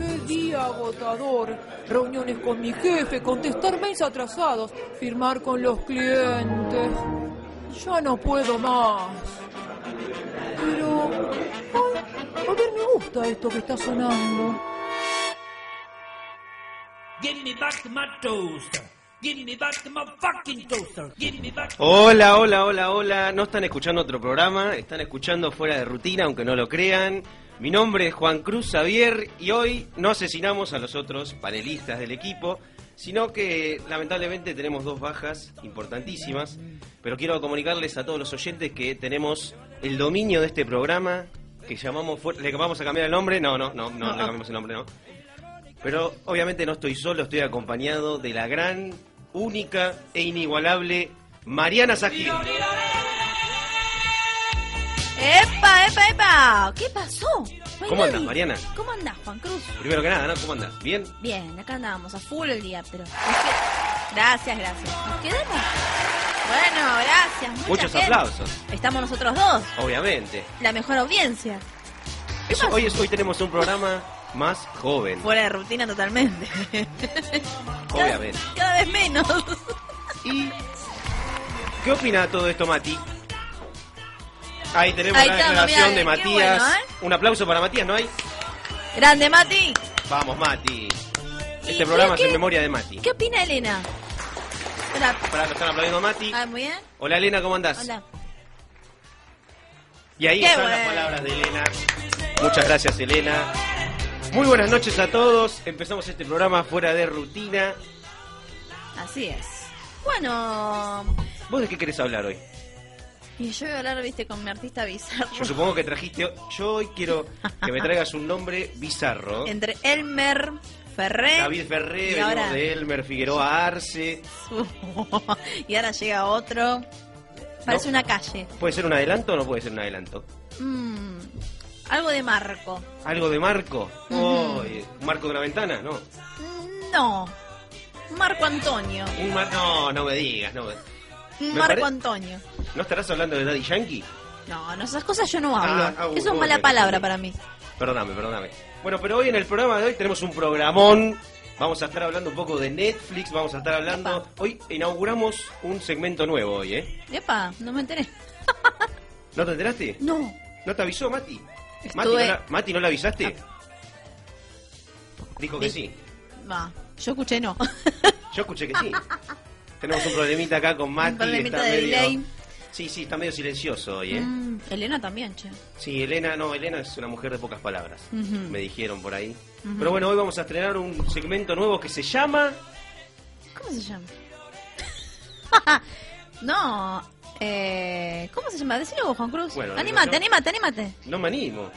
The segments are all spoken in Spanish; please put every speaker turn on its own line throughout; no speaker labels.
el día agotador, reuniones con mi jefe, contestar mails atrasados, firmar con los clientes. Ya no puedo más. Pero, ay, a ver, me gusta esto que está sonando.
Give me back my toaster. Give me back my fucking toaster. Give me back.
Hola, hola, hola, hola. No están escuchando otro programa, están escuchando fuera de rutina, aunque no lo crean. Mi nombre es Juan Cruz Xavier y hoy no asesinamos a los otros panelistas del equipo, sino que lamentablemente tenemos dos bajas importantísimas. Pero quiero comunicarles a todos los oyentes que tenemos el dominio de este programa, que llamamos. fu- ¿Le vamos a cambiar el nombre? No, no, no, no, no le cambiamos el nombre, no. Pero obviamente no estoy solo, estoy acompañado de la gran, única e inigualable Mariana Sají.
¡Epa, epa, epa! ¿Qué pasó? No hay
¿Cómo
nadie.
andas, Mariana?
¿Cómo andás, Juan Cruz?
Primero que nada, ¿no? ¿Cómo andas? ¿Bien?
Bien, acá andábamos a full el día, pero... nos que- Gracias, gracias. ¿Nos quedamos? Bueno, gracias. mucha
Muchos
gente.
aplausos,
Estamos nosotros dos,
obviamente.
la mejor audiencia.
Eso- hoy, es- hoy tenemos un programa más joven,
Fuera de rutina totalmente. Cada-
obviamente.
Cada vez menos.
¿Y qué opina de todo esto, Mati? Ahí tenemos
Ahí
la
estamos,
declaración
mirá,
de
qué
Matías.
bueno, ¿eh?
Un aplauso para Matías, ¿no hay?
Grande, Mati.
Vamos, Mati.
¿Y
Este
pero
programa es
qué-
en memoria de Mati.
¿Qué opina Elena? Hola.
Para que están aplaudiendo a Mati.
Ah, muy bien.
Hola, Elena, ¿cómo andás?
Hola.
Y ahí
Qué
están las
bueno.
palabras de Elena. Muchas gracias, Elena. Muy buenas noches a todos. Empezamos este programa fuera de rutina.
Así es. Bueno,
¿Vos de qué querés hablar hoy?
y yo voy a hablar, viste, con mi artista bizarro.
Yo supongo que trajiste. Yo hoy quiero que me traigas un nombre bizarro.
Entre Elmer Ferré.
David Ferré,
Y
venimos
ahora-
de Elmer Figueroa Arce.
y ahora llega otro. Parece
No.
una calle.
¿Puede ser un adelanto o no puede ser un adelanto?
Mm, algo de Marco.
¿Algo de Marco?
Ujú.
Oy, ¿un ¿Marco de una ventana? No.
Mm, No. Marco Antonio.
Un mar- No, no me digas. No, me- Me
Marco
pare-
Antonio.
¿No estarás hablando de Daddy Yankee?
No, no, esas cosas yo no hablo.
Ah, ah,
Eso es
bueno,
mala
bueno.
palabra para mí.
Perdóname, perdóname. Bueno, pero hoy en el programa de hoy tenemos un programón. Vamos a estar hablando un poco de Netflix, vamos a estar hablando...
Epa.
Hoy inauguramos un segmento nuevo hoy, ¿eh?
Epa, no me enteré.
¿No te enteraste?
No.
¿No te avisó, Mati? Mati, ¿no
Estuve- Ah.
la, Mati, ¿no la avisaste? Dijo que
Sí.
sí.
Va, yo escuché no.
Yo escuché que sí. Tenemos un problemita acá con Mati.
Un problemita
está
de
medio...
delay.
Sí, sí, está medio silencioso hoy, ¿eh?
Mm, Elena también, che.
Sí, Elena, no, Elena es una mujer de pocas palabras.
Ujú.
Me dijeron por ahí. Pero bueno, hoy vamos a estrenar un segmento nuevo que se llama...
¿Cómo se llama? no. Eh, ¿Cómo se llama? Decilo vos, Juan Cruz.
Bueno,
anímate,
yo-
anímate, anímate.
No me animo.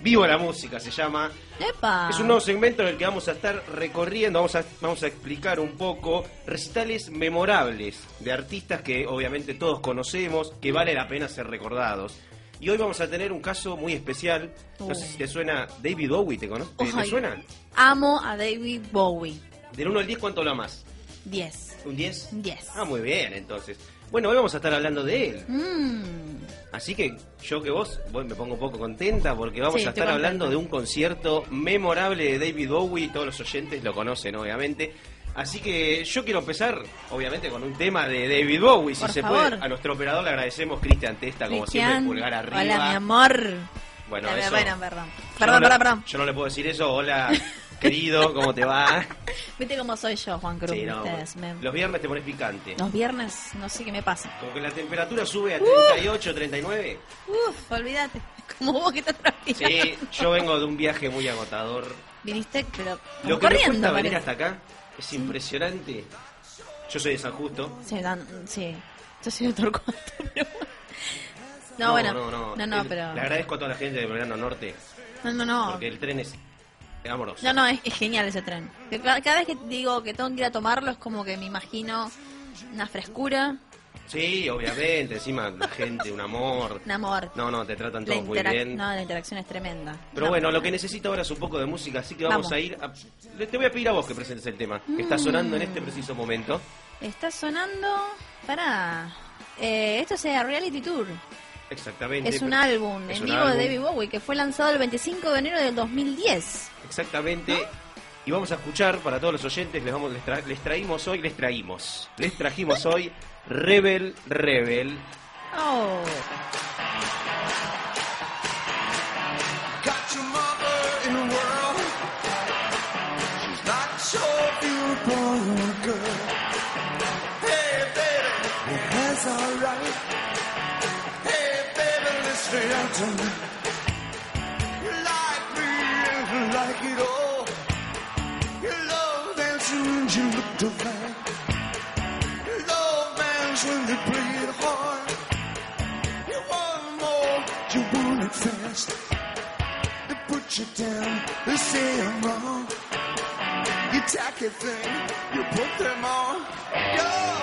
Vivo la música se llama.
Epa.
Es un nuevo segmento en el que vamos a estar recorriendo, vamos a, vamos a explicar un poco recitales memorables de artistas que obviamente todos conocemos, que vale la pena ser recordados. Y hoy vamos a tener un caso muy especial. No sé
Uy.
si te suena David Bowie, ¿te conoces? ¿Te, te
Ay.
suena?
Amo a David Bowie.
Del 1 al 10, ¿cuánto lo amas?
10.
¿Un 10?
10.
Ah, muy bien, entonces. Bueno, hoy vamos a estar hablando de él.
Mm,
Así que yo que vos, vos me pongo un poco contenta porque vamos
Sí,
a
estoy
estar
contenta.
hablando de un concierto memorable de David Bowie, todos los oyentes lo conocen obviamente. Así que yo quiero empezar, obviamente, con un tema de David Bowie, si
Por
se
favor.
puede. A nuestro operador le agradecemos, Cristian Testa, como
Cristian.
siempre, pulgar arriba.
Hola, mi amor.
Bueno,
Ya,
eso-
bueno, perdón.
yo
Perdón,
no le-
perdón, perdón.
Yo no le puedo decir eso. Hola, querido, ¿cómo te va?
Viste cómo soy yo, Juan Cruz.
Sí, no,
Ustedes me-
Los viernes te pones picante.
Los viernes, no Uh. sé qué me pasa.
Como que la temperatura sube a 38, 39.
Uf, olvídate. Como vos que te transpiras.
Sí, yo vengo de un viaje muy agotador.
Viniste, pero.
Lo que me
corriendo,
cuesta venir
parece.
hasta acá es impresionante. Yo soy de San Justo.
Sí, dan- sí. Yo soy de Torcuato, pero bueno. No, bueno. No, no,
Eh,
pero.
Le agradezco a toda la gente de Verano Norte
No, no, no.
porque el tren es amoroso.
No, no, es, es genial ese tren. Que ca- Cada vez que digo que tengo que ir a tomarlo es como que me imagino una frescura,
Sí, obviamente, encima la gente, un amor.
un amor.
No, no, te tratan
la,
todos muy
interac-
bien.
no, la interacción es tremenda.
Pero
No.
bueno, lo que necesito ahora es un poco de música, así que vamos,
Vamos. Mm.
a ir. A... le- Te voy a pedir a vos que presentes el tema que está sonando en este preciso momento.
Está sonando. Pará. Eh, esto es eh, Reality Tour.
Exactamente.
Es un
pero-
álbum
es
en
un
vivo de
álbum.
David Bowie que fue lanzado el 25 de enero del 2010.
Exactamente. Y vamos a escuchar para todos los oyentes, les, vamos, les, tra- les traímos hoy, les traímos, les trajimos hoy Rebel Rebel.
Oh.
Got your mother in the world. She's not sure if you're a boy or a girl. Hey, baby, your hair's alright. Hey, baby, listen out to me. You like me and you like it all. You love dance when you look divine. You love bands when they play it hard. You want more, you want it fast. They put you down, they say I'm wrong. You tack a thing, you put them on. Yeah.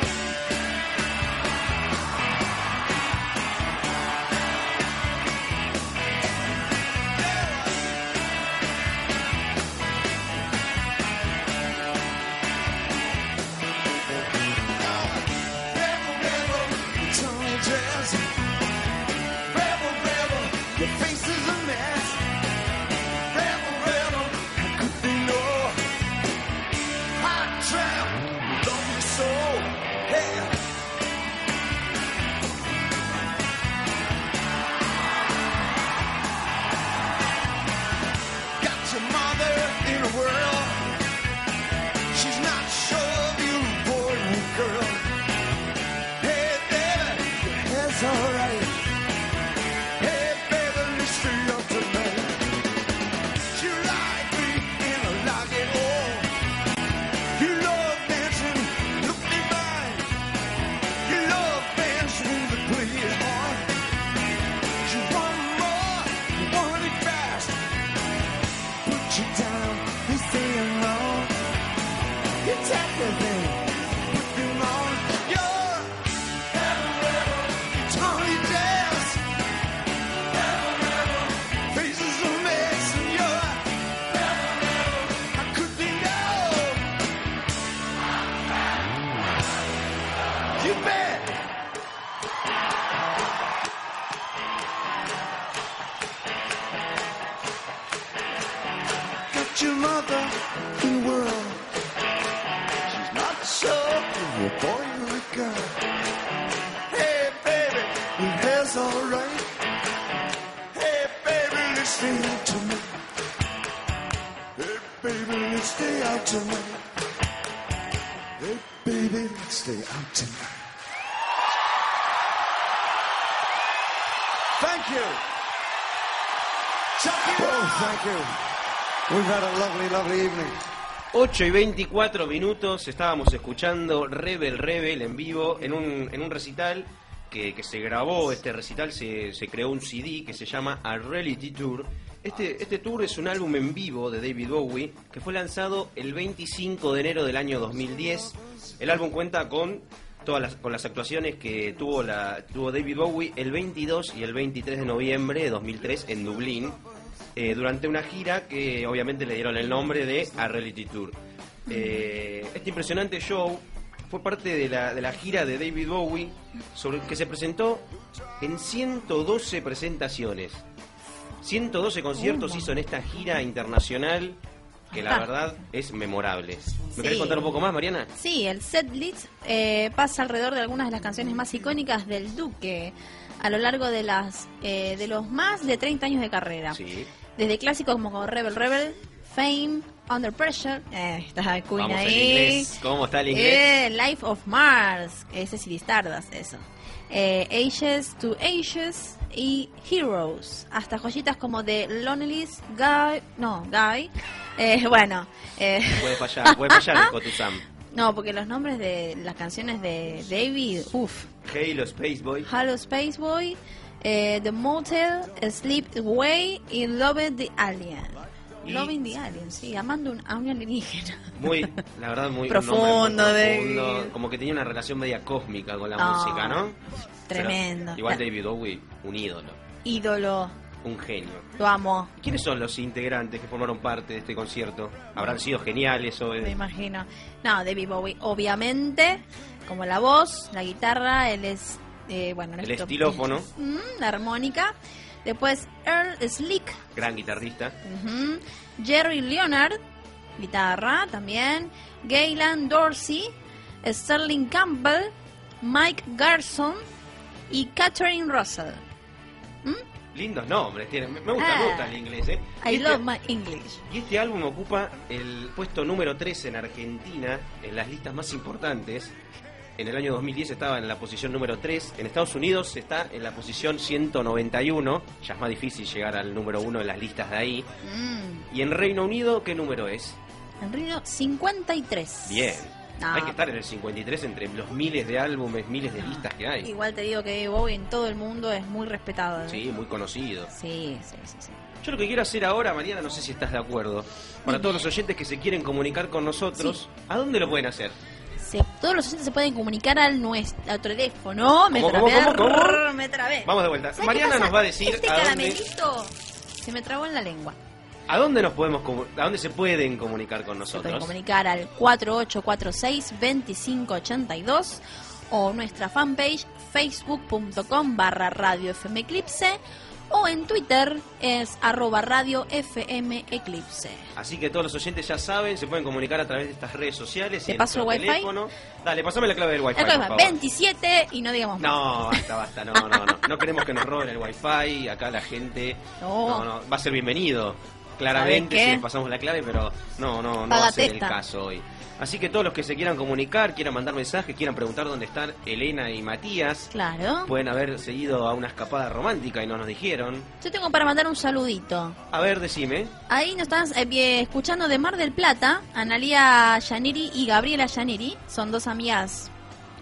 Rebel, rebel, your tongue dress. Rebel, rebel, your face is a mess. Rebel, rebel, how could they know? I trap, love your soul. Hey. Got your mother in a world. She's not sure if you're a boy or a girl. Hey, baby, your hair's alright. Hey, baby, let's free up tonight. You like me and I like it all. You love dancing, look me mine. You love bands when they play it hard. You want more, you want it fast. Put you down, they say I'm wrong. You take the thing, put them on. You're Tony Jazz. Faces a mess and you're. How could they know? You bet. Got your mother in the world. She's not so you're a boy or a girl. Hey, baby, your hair's alright. Hey, baby, let's stay out tonight. Hey, baby, let's stay out tonight. Hey, baby, let's stay out tonight. Thank you. Oh, thank you. We've had a lovely, lovely evening.
8 y 24 minutos estábamos escuchando Rebel Rebel en vivo en un, en un recital que, que se grabó, este recital se, se creó un CD que se llama A Reality Tour. Este, este tour es un álbum en vivo de David Bowie que fue lanzado el 25 de enero del año 2010. El álbum cuenta con todas las, con las actuaciones que tuvo, la, tuvo David Bowie el 22 y el 23 de noviembre de 2003 en Dublín eh, durante una gira que obviamente le dieron el nombre de A Reality Tour. Eh, este impresionante show fue parte de la, de la gira de David Bowie, sobre, que se presentó en 112 presentaciones. 112 conciertos hizo en esta gira internacional que la
Ah.
verdad es memorable. ¿Me
Sí.
querés contar un poco más, Mariana?
Sí, el set list eh, pasa alrededor de algunas de las canciones más icónicas del Duque a lo largo de las eh, de los más de 30 años de carrera.
Sí.
Desde clásicos como Rebel Rebel, Fame, Under Pressure, eh, está Queen
Vamos
ahí.
en inglés. ¿Cómo está el inglés?
Eh, Life of Mars, ese sí Stardust, eso. Eh, Ages to Ages y Heroes, hasta joyitas como The Loneliest Guy, no, Guy. Eh, bueno, eh,
Puede fallar, puede fallar, dijo Tuzam.
no, porque los nombres de las canciones de David, uff,
Halo Space Boy.
Hello Space Boy, eh, The Motel, Sleep Away y Love the Alien.
Y-
Loving the Alien, sí, amando un- a un alienígena.
Muy, la verdad, muy
Profundo,
un nombre muy
David.
profundo, Como que tenía una relación media cósmica con la
No,
música, ¿no?
Ah, tremendo.
Pero igual
La-
David Bowie, un ídolo,
Ídolo,
un genio.
lo amo.
¿Quiénes son los integrantes que formaron parte de este concierto? ¿Habrán sido geniales o
Me imagino. No, David Bowie, obviamente, como la voz, la guitarra, él es, eh, bueno,
el
esto-
estilófono?
Mm, la armónica. Después Earl Slick,
Gran guitarrista.
ujú, Jerry Leonard, guitarra también, Gaylan Dorsey, Sterling Campbell, Mike Garson y Catherine Russell.
Lindos nombres tienen. Me- Me gusta,
Ah.
me gusta el inglés, ¿eh? Y
I
este-
love my English.
Y este álbum ocupa el puesto número 3 en Argentina, en las listas más importantes. En el año 2010 estaba en la posición número 3. En Estados Unidos está en la posición 191. Ya es más difícil llegar al número 1 en las listas de ahí.
Mm.
Y en Reino Unido, ¿qué número es?
En Río 53.
Bien.
No,
Hay que estar en el 53 entre los miles de álbumes, miles de listas que hay.
Igual te digo que Bowie en todo el mundo es muy respetado. ¿eh?
Sí, muy conocido.
Sí, sí, sí, sí.
Yo lo que quiero hacer ahora, Mariana, no sé si estás de acuerdo. Para todos los oyentes que se quieren comunicar con nosotros, ¿a dónde lo pueden hacer?
Se- todos los oyentes se pueden comunicar al nuestro al teléfono. Me
¿Cómo,
trabé.
cómo, cómo, cómo?
arr, Me trabé.
Vamos de vuelta.
¿Sabes qué
Mariana
pasa?
nos va a decir
Este
a dónde,
caramelito se me trabó en la lengua.
a dónde nos podemos comu- a dónde se pueden comunicar con
Se pueden
nosotros.
comunicar al 4846-2582 o nuestra fanpage facebook.com barra radio fm eclipse o en Twitter es arroba radio fm eclipse.
Así que todos los oyentes ya saben, se pueden comunicar a través de estas redes sociales.
¿Te
en
paso el
nuestro
wifi?
teléfono. Dale, pasame la clave del wifi,
La cosa
por
es
favor.
27 y no digamos más.
No, basta, basta, no, no, no. No queremos que nos roben el wifi, acá la gente
No.
no, va a ser bienvenido.
¿Sabés
Claramente, si
Oh. qué?
les pasamos la clave, pero no, no, no va
Paga
a ser el
testa.
caso hoy. Así que todos los que se quieran comunicar, quieran mandar mensajes, quieran preguntar dónde están Elena y Matías,
Claro.
pueden haber seguido a una escapada romántica y no nos dijeron.
Yo tengo para mandar un saludito.
A ver, decime.
Ahí nos están eh, bien, escuchando de Mar del Plata, Analia Yaniri y Gabriela Yaniri. Son dos amigas,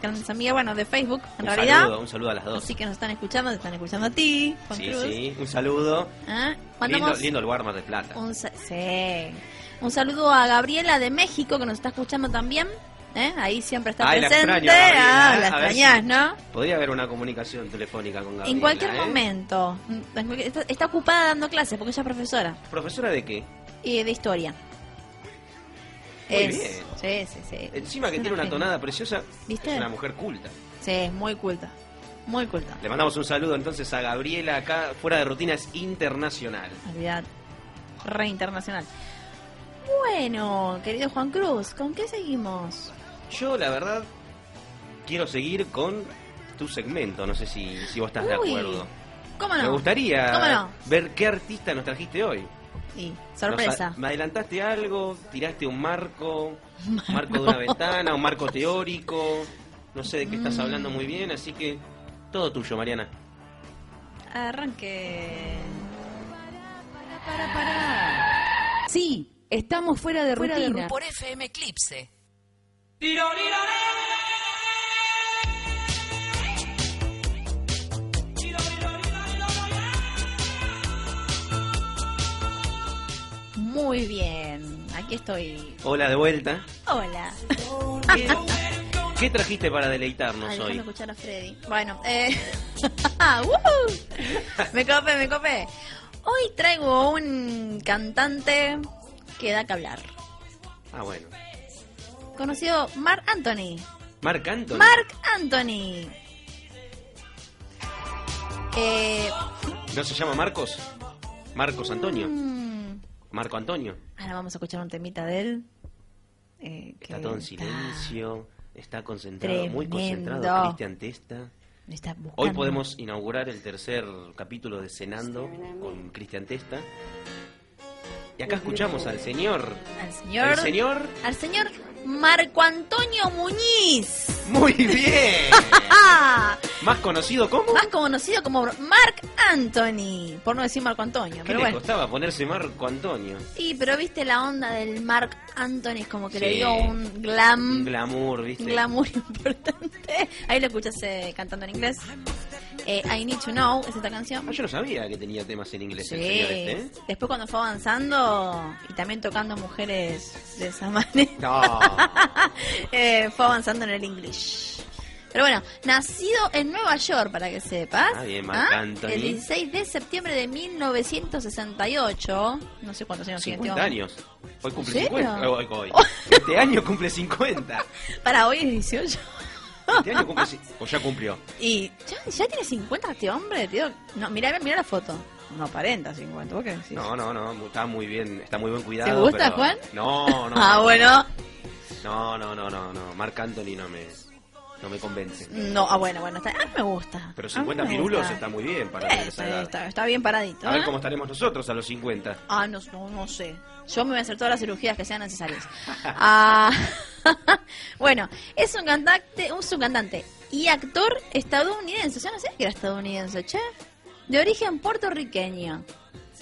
grandes amigas, bueno, de Facebook, en
un
realidad.
saludo, un saludo a las dos.
Así que nos están escuchando, te están escuchando a ti, Juan
sí,
Cruz.
sí, un saludo.
¿Ah?
Lindo,
Mandamos
lindo lugar Mar del Plata.
un, sa- sí. un saludo a Gabriela de México que nos está escuchando también. ¿eh? Ahí siempre está
Ay, la
presente.
extraño, Gabriela,
Ah,
¿eh?
la
A ver
extrañás,
si-
¿no?
Podría haber una comunicación telefónica con Gabriela.
en cualquier
¿eh?
momento. Mm, En cualquier- Está, está ocupada dando clases porque ella es profesora
¿Profesora de qué?
eh, de historia.
Muy
es,
bien.
Sí, sí, sí.
Encima que
Es
tiene una
genia.
tonada preciosa,
¿Viste?
es una mujer culta.
Sí, es muy culta. Muy culta.
Le mandamos un saludo entonces a Gabriela acá, fuera de rutina, es internacional.
Olvidad. Re internacional. Bueno, querido Juan Cruz, ¿con qué seguimos?
Yo, la verdad, quiero seguir con tu segmento, no sé si, si vos estás de
Uy,
acuerdo.
¿Cómo no?
Me gustaría
¿Cómo no?
ver qué artista nos trajiste hoy.
Sí,
Nos
sorpresa.
a- me adelantaste algo, tiraste un marco, marco de una ventana, un marco teórico. No sé de qué estás hablando muy bien, así que todo tuyo, Mariana.
Arranque.
Sí, estamos fuera de
Fuera de
rutina.
Ru- por e- FM Eclipse.
Muy bien, aquí estoy.
Hola de vuelta.
Hola. Ah,
¿Qué, qué trajiste para
Ay,
deleitarnos
Ah, déjame
hoy?
escuchar a Freddy. Bueno, eh... ¡Wujú! me copé, me copé. Hoy traigo un cantante que da que hablar.
Ah, bueno.
Conocido Mark Anthony.
Marc Anthony.
Mark Anthony. Eh,
¿No se llama Marcos? Marcos Antonio.
mm,
Marco Antonio.
ahora vamos a escuchar un temita de él. eh, que
Está todo en
está-
silencio, está concentrado, muy
tremendo.
concentrado Cristian Testa.
está buscando.
Hoy podemos inaugurar el tercer capítulo de Cenando con Cristian Testa. Y acá escuchamos al señor.
Al
El
señor,
señor.
al señor Marco Antonio Muñiz.
Muy bien.
¡Ah!
Más conocido como.
Más conocido como Mark Anthony. Por no decir Marco Antonio,
¿Qué
pero
le
bueno.
costaba ponerse Marco Antonio?
Sí, pero viste la onda del Mark Anthony, es como que le
Sí.
dio un glam.
Un glamour, ¿viste?
Mm. glamour importante. Ahí lo escuchas eh, cantando en inglés. Eh, I Need to Know es esta canción.
Ah, yo no sabía que tenía temas en inglés
Sí.
el señor este, ¿eh?
Después cuando fue avanzando y también tocando mujeres de esa manera,
No.
eh, fue avanzando en el inglés. Pero bueno, nacido en Nueva York, para que sepas.
Ah, bien, Marc Anthony.
El 16 de septiembre de 1968. No sé cuántos años tiene. este
50 años. Hoy cumple
¿En serio?
50. Hoy, hoy. Este año cumple 50.
Para hoy es 18.
Este año cumple. ci- O ya cumplió.
Y ya, ya tiene 50 este hombre, tío. No, mirá, mirá la foto. No aparenta 50, ¿vos qué decís?
No, no, no, está muy bien, está muy bien cuidado.
¿Te gusta,
pero-
Juan?
No, no.
ah,
no,
bueno.
No, no, no, no, no. Marc Anthony no me, no me convence.
No, ah, bueno, bueno, está, a mí me gusta.
Pero
A mí
50
me
pirulos
gusta.
está muy bien para
Eh,
tener esa
pero
edad.
está, está bien paradito.
A ver
¿eh?
cómo estaremos nosotros a los 50.
Ah, no, no, no sé. Yo me voy a hacer todas las cirugías que sean necesarias. Ah, bueno, es un cantante, es un cantante y actor estadounidense. Yo no sé que era estadounidense, che. De origen puertorriqueño.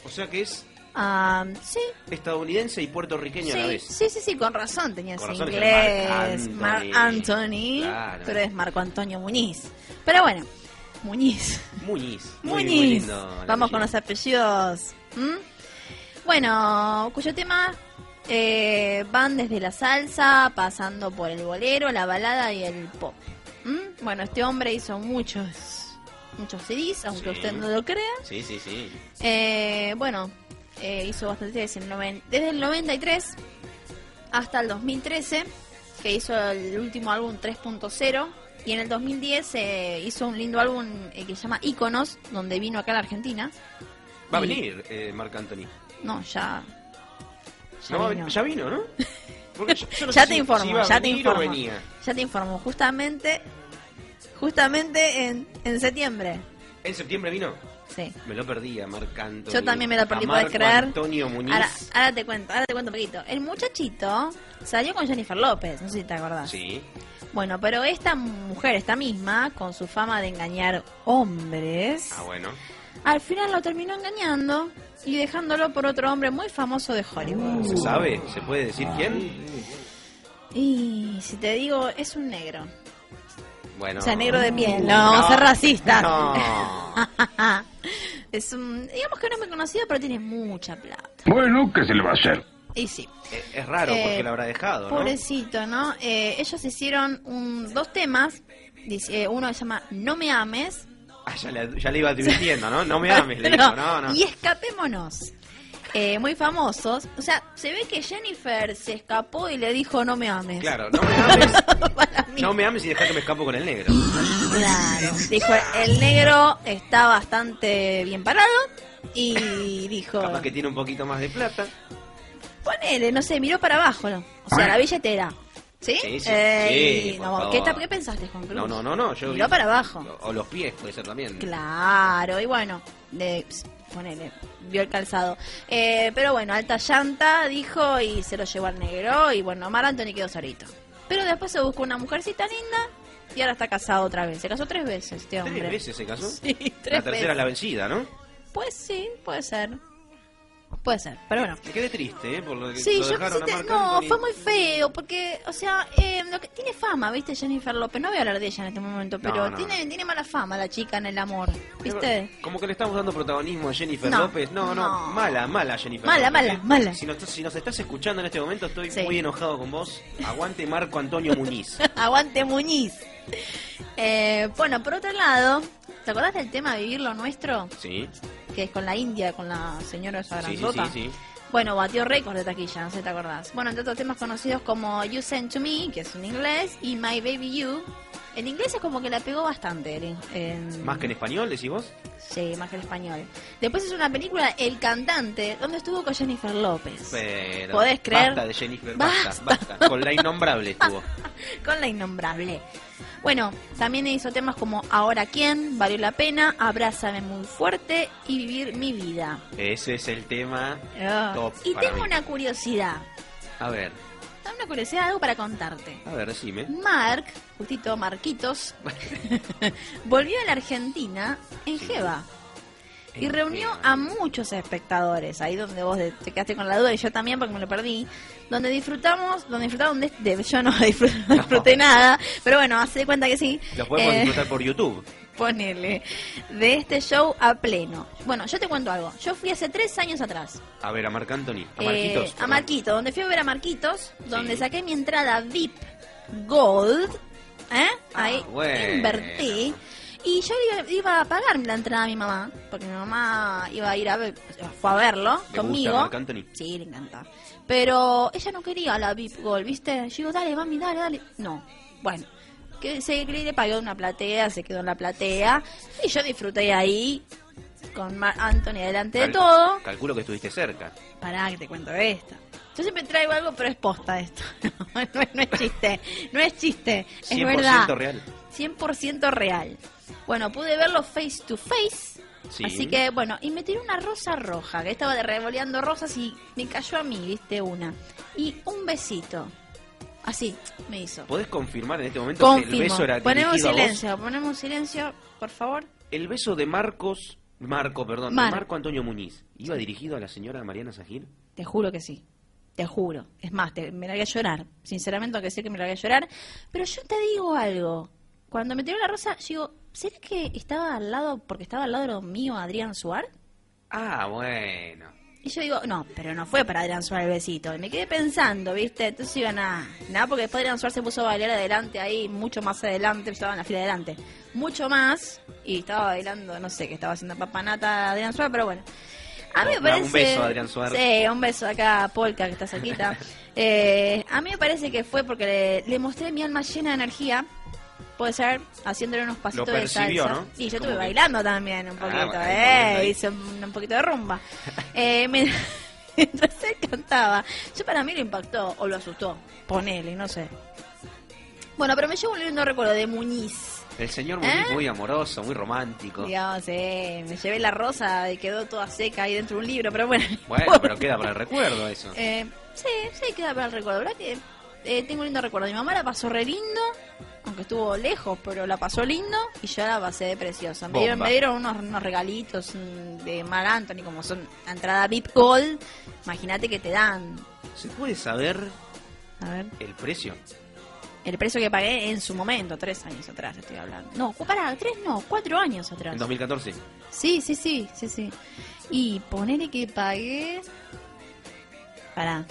O sea que es
Ah, sí,
estadounidense y puertorriqueño a la
sí,
vez.
sí, sí, sí, con razón tenía ese
Con razón es
inglés.
el
Mark
Marc
Anthony.
Anthony. Claro.
Pero es Marco Antonio Muñiz. Pero bueno, Muñiz.
Muñiz. Muy, muy
Muñiz.
lindo el
Vamos con los
apellido.
apellidos. ¿m? Bueno, cuyo tema eh, van desde la salsa, pasando por el bolero, la balada y el pop. ¿m? Bueno, este hombre hizo muchos, muchos CDs, aunque
Sí.
usted no lo crea.
Sí, sí, sí.
Eh, bueno, eh, hizo bastante desde el, noven- desde el 93 hasta el 2013, que hizo el último álbum 3.0. Y en el 2010 eh, hizo un lindo álbum eh, que se llama Iconos, donde vino acá a la Argentina.
Va a
Y-
venir eh, Marc Anthony.
No, ya. Ya,
No va a
vino.
ven- ya vino, ¿no? Porque yo- yo no
Ya
sé
te
si-
informo,
si iba a
ya te
venir o
informo.
venía.
Ya te informo, justamente, justamente en, en septiembre.
¿En septiembre vino?
Sí.
Me lo perdí a Marc Anthony.
Yo también me la perdí,
A
¿puedes
Marco
creer?
Antonio Muñiz.
Ahora, ahora te cuento, ahora te cuento un poquito. El muchachito salió con Jennifer López, no sé si te acordás.
Sí.
Bueno, pero esta mujer, esta misma, con su fama de engañar hombres,
Ah, bueno.
al final lo terminó engañando y dejándolo por otro hombre muy famoso de Hollywood.
¿Se sabe? ¿Se puede decir quién?
Y si te digo, es un negro.
Bueno.
O sea, negro de piel. No, vamos a ser racistas.
No.
es un, digamos que no es muy conocido, pero tiene mucha plata.
Este. Bueno, ¿qué se le va a hacer?
Y sí.
Eh, Es raro porque
Eh,
lo habrá dejado, ¿no?
Pobrecito, ¿no? Eh, ellos hicieron un- dos temas. Dice, eh, uno se llama No me ames
Ah, ya le, ya le iba advirtiendo, ¿no? No me ames, le dijo.
No,
No, no.
Y escapémonos. Eh, muy famosos. O sea, se ve que Jennifer se escapó y le dijo no me ames.
Claro, no me ames.
Para mí.
No me ames y deja que me escapo con el negro.
Claro. Dijo, el negro está bastante bien parado. Y dijo,
Capaz que tiene un poquito más de plata.
ponele, no sé, miró para abajo. ¿no? O sea, la billetera. ¿Sí?
Sí, sí,
Eh,
sí,
y
por
no,
favor.
¿qué, ta- qué pensaste, Juan Cruz?
No, no, no, no. Yo
Miró para abajo.
O, o los pies, puede ser también.
Claro, y bueno, de, ps, ponele, vio el calzado. Eh, pero bueno, alta llanta, dijo, y se lo llevó al negro, y bueno, Mar Anthony quedó solito. Pero después se buscó una mujercita linda, y ahora está casado otra vez. Se casó tres veces este hombre.
¿Tres veces se casó?
Sí,
La
tres
tercera
veces.
es la vencida, ¿no?
Pues sí, puede ser. Puede ser, pero bueno.
Me quedé triste, ¿eh? Por lo que
Sí,
lo
yo
dejaron a
quisiste-
Marc
No,
Anthony.
fue muy feo, porque, o sea, eh, lo que, tiene fama, ¿viste? Jennifer López. No voy a hablar de ella en este momento, pero
no,
tiene, tiene mala fama la chica en el amor, ¿viste?
Como que le estamos dando protagonismo a Jennifer
No,
López. No, no,
no.
mala, mala Jennifer
Mala,
López,
mala,
¿eh?
mala.
Si nos, si nos estás escuchando en este momento, estoy
Sí.
muy enojado con vos. Aguante Marco Antonio Muniz.
Aguante Muñiz. Eh, bueno, por otro lado, ¿te acordás del tema Vivir lo Nuestro?
Sí,
Que es con la India, con la señora esa
sí, sí,
grandota.
sí, sí.
Bueno, batió récord de taquilla, no sé si te acordás. Bueno, entre otros temas conocidos como You Sent to Me, que es en inglés, y My Baby You. En inglés es como que la pegó bastante. en- en-
Más que en español, decís vos.
Sí, más que en español. Después es una película, El Cantante, donde estuvo con Jennifer López.
Pero
¿Podés creer?
Basta de Jennifer,
Basta.
basta, basta. Con la innombrable estuvo.
con la innombrable. Bueno, también hizo temas como Ahora quién, Valió la pena, Abrázame muy fuerte y Vivir mi vida.
Ese es el tema
Ah.
top.
y
para
tengo
mí.
una curiosidad,
A ver,
tengo una curiosidad, algo para contarte.
a ver, decime.
Mark, justito Marquitos, volvió a la Argentina en Jeva y
En
reunió
Jeva.
a muchos espectadores, ahí donde vos de- te quedaste con la duda y yo también porque me lo perdí, donde disfrutamos, donde disfrutaron de, este, de- yo no disfruté, no disfruté nada, pero bueno, hace de cuenta que sí.
Lo podemos
Eh,
disfrutar por YouTube.
ponele, de este show a pleno. Bueno, yo te cuento algo. Yo fui hace tres años atrás.
A ver, a Marc Anthony. A
eh,
Marquitos.
a
perdón.
Marquito, donde fui a ver a Marquitos, donde
Sí.
saqué mi entrada VIP Gold. ¿Eh?
Ah,
Ahí
bueno.
invertí. Y yo iba, iba a pagar la entrada a mi mamá, porque mi mamá iba a ir a ver, fue a verlo
¿Le
conmigo.
gusta Marc Anthony?
Sí, le encanta. Pero ella no quería la VIP Gold, ¿viste? Yo digo, dale, mami, dale, dale. No. Bueno, que se que le pagó una platea, se quedó en la platea. Y yo disfruté ahí con Mark Anthony delante de
Cal-
todo.
Calculo que estuviste cerca.
Pará, que te cuento esta. Yo siempre traigo algo, pero es posta esto. No, no es- no es chiste. No es chiste. Es
100%
verdad.
real.
100% real. Bueno, pude verlo face to face.
Sí.
Así que, bueno, y me tiró una rosa roja, que estaba de revoleando rosas y me cayó a mí, viste, una. Y un besito. Así me hizo.
¿Podés confirmar en este momento que el
Confirmo.
beso era
Ponemos
dirigido a vos?
silencio, ponemos silencio, por favor.
El beso de Marcos, Marco, perdón, de
Mar-
Marco Antonio Muñiz, ¿iba dirigido a la señora Mariana Sajir?
Te juro que sí. Te juro. Es más, te- me largué a llorar. Sinceramente, aunque sé que me largué a llorar. Pero yo te digo algo. Cuando me tiró la rosa, yo digo, ¿será que estaba al lado, porque estaba al lado de lo mío Adrián Suar?
Ah, bueno.
Y yo digo, no, pero no fue para Adrián Suar el besito. Y me quedé pensando, ¿viste? Entonces iba nada, nada, porque después Adrián Suar se puso a bailar adelante ahí, mucho más adelante, estaba en la fila adelante. Mucho más, y estaba bailando, no sé qué estaba haciendo papanata Adrián Suar, pero bueno. A mí me
Un
parece.
beso, Adrián Suar.
Sí, un beso acá a Polka, que está cerquita. Eh, a mí me parece que fue porque le, le mostré mi alma llena de energía. Puede ser, haciéndole unos pasitos
percibió,
de salsa.
¿no?
Y yo
Como
estuve
que-
bailando también un poquito,
Ah, bueno,
¿eh?
ahí.
Hice un, un poquito de rumba. Eh, me- mientras él cantaba, yo para mí lo impactó o lo asustó. Ponele, no sé. Bueno, pero me llevo un lindo recuerdo de Muñiz.
El señor Muñiz
¿Eh?
muy amoroso, muy romántico.
Digamos, eh, me llevé la rosa y quedó toda seca ahí dentro de un libro, pero bueno. no
Bueno,
importa.
pero queda para el recuerdo eso.
Eh, sí, sí, queda para el recuerdo. La ¿Verdad que eh, tengo un lindo recuerdo? Mi mamá la pasó re lindo, aunque estuvo lejos, pero la pasó lindo y yo la pasé de preciosa. Me dieron,
Bomba.
me dieron unos, unos regalitos mm, de Mar Anthony, como son la entrada VIP Gold. Imagínate que te dan.
¿Se puede saber
A ver,
el precio?
el precio que pagué en su momento, tres años atrás estoy hablando. No, cu- pará, tres no, cuatro años atrás.
En 2014.
Sí, sí, sí, sí, sí. Y ponele que pagué. Pará.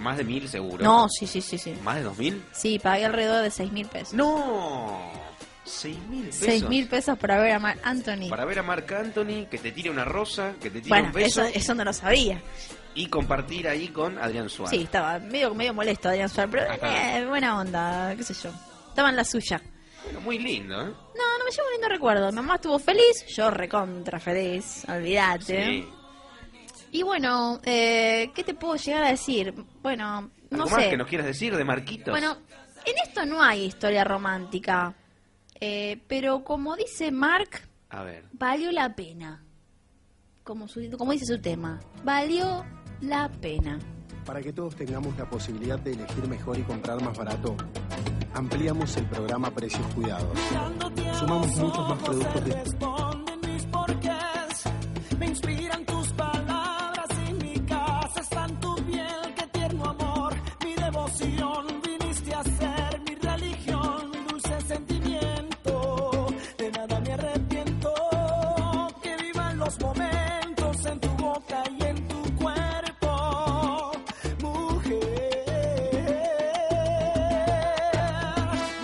Más de mil seguro.
No, sí, sí, sí, sí.
¿Más de dos mil?
Sí, pagué alrededor de seis mil pesos.
No. Seis mil pesos.
Seis mil pesos para ver a Mar Anthony.
Para ver a Marc Anthony, que te tire una rosa, que te tire
bueno,
un beso
eso, eso no lo sabía.
y compartir ahí con Adrián Suárez.
Sí, estaba medio, medio molesto Adrián Suárez, pero
Ajá.
eh, buena onda, qué sé yo. Estaba en la suya.
Bueno, muy lindo,
No,
¿eh?
no me llevo un lindo recuerdo. Mi mamá estuvo feliz, yo recontra feliz, olvídate.
Sí.
Y bueno, eh, ¿qué te puedo llegar a decir? Bueno, no
¿Algo
sé.
más que nos quieras decir de Marquitos?
Bueno, en esto no hay historia romántica. Eh, pero como dice Mark,
A ver.
valió la pena. Como, su- como dice su tema, valió la pena.
Para que todos tengamos la posibilidad de elegir mejor y comprar más barato, ampliamos el programa Precios Cuidados. Sumamos muchos más productos de...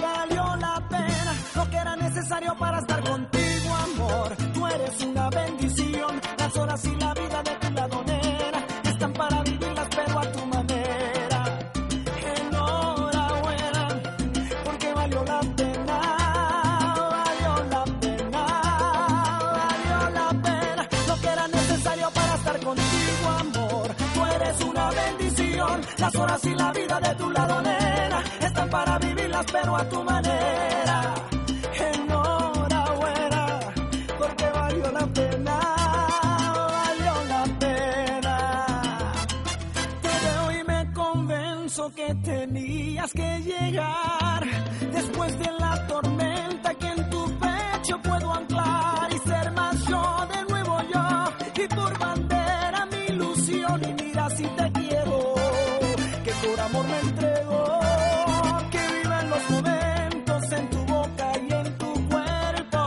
Valió la pena lo que era necesario para estar contigo, amor. Tú eres una bendición. Las horas y la vida de tu ladonera están para vivirlas, pero a tu manera. Enhorabuena, porque valió la pena. Valió la pena, valió la pena. Lo que era necesario para estar contigo, amor. Tú eres una bendición. Las horas y la vida de tu lado, nena, están para vivirlas, pero a tu manera. Enhorabuena, porque valió la pena. Valió la pena. Te veo y me convenzo que tenías que llegar después de la tormenta que en tu pecho puedo anclar y ser más yo de nuevo yo y por bandera mi ilusión y mira si te quiero que por amor me entrego que vivan los momentos en tu boca y en tu cuerpo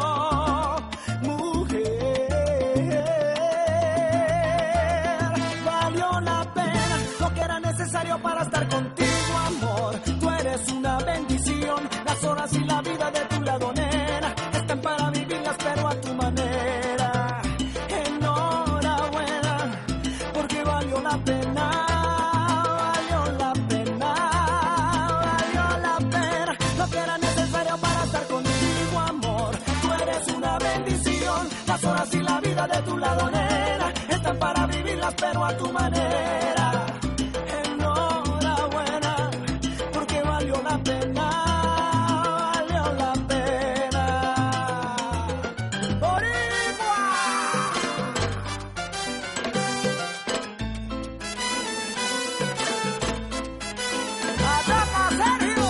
mujer valió la pena lo que era necesario para estar contigo, amor. Tú eres una bendición, las horas y la vida de tu lado, nena, están para vivirlas, pero a tu manera. Enhorabuena, porque valió la pena. valió la pena, valió la pena, Lo que era necesario para estar contigo, amor. Tú eres una bendición, las horas y la vida de tu a tu manera. Enhorabuena, porque valió la pena, valió la pena. ¡Boricua! ¡Ataca, Sergio!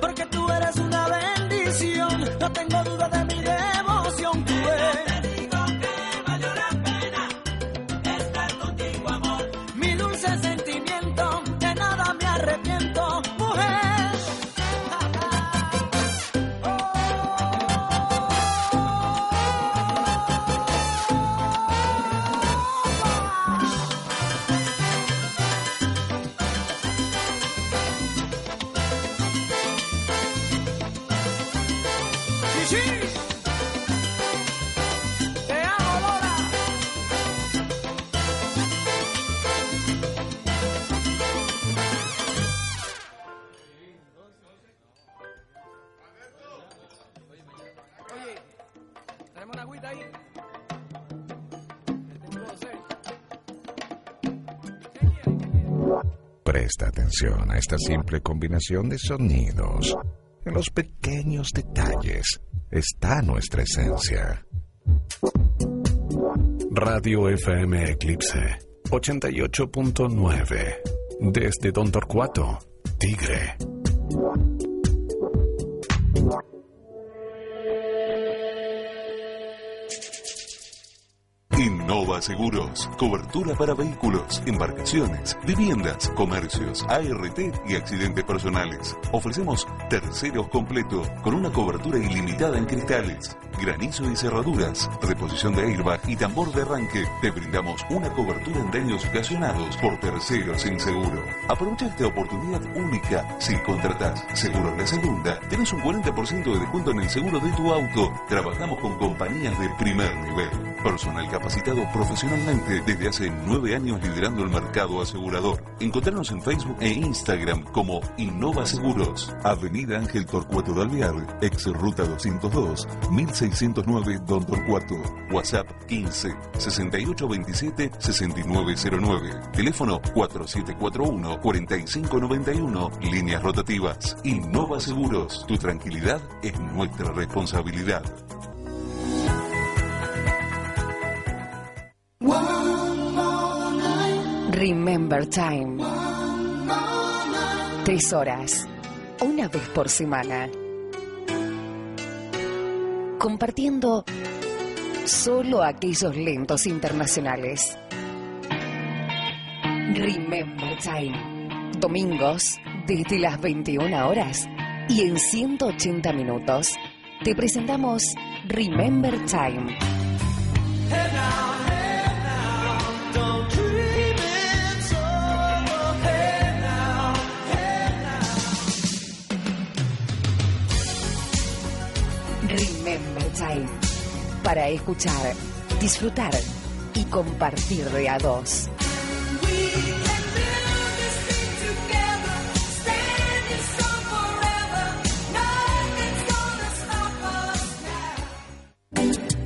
porque tú eres una bendición. No tengo duda de mi devoción. Tú eres. Te digo que valió la pena estar contigo, amor. Mi dulce sentimiento, de nada me arrepiento, mujer. ¡Sí, sí! ¡Te amo, Lola! Oye, tenemos una agüita ahí.
Presta atención a esta simple combinación de sonidos. En los pequeños detalles está nuestra esencia. Radio FM Eclipse 88.9 desde Don Torcuato, Tigre.
Innova Seguros. Cobertura para vehículos, embarcaciones, viviendas, comercios, ART y accidentes personales. Ofrecemos terceros completo con una cobertura ilimitada en cristales, granizo y cerraduras, reposición de airbag y tambor de arranque. Te brindamos una cobertura en daños ocasionados por terceros sin seguro. Aprovecha esta oportunidad única. Si contratás Seguros La Segunda, tenés un 40% de descuento en el seguro de tu auto. Trabajamos con compañías de primer nivel. Personal capacitado profesionalmente desde hace nueve años liderando el mercado asegurador. Encontrarnos en Facebook e Instagram como Innova Seguros. Avenida Ángel Torcuato de Alvear, ex ruta 202, 1609 Don Torcuato. WhatsApp 15 6827 6909. Teléfono 4741 4591. Líneas rotativas. Innova Seguros. Tu tranquilidad es nuestra responsabilidad.
Remember Time. Tres horas, una vez por semana. Compartiendo solo aquellos lentos internacionales. Remember Time. Domingos, desde las 21 horas y en 180 minutos, te presentamos Remember Time. Remember Time. Para escuchar, disfrutar y compartir de a dos.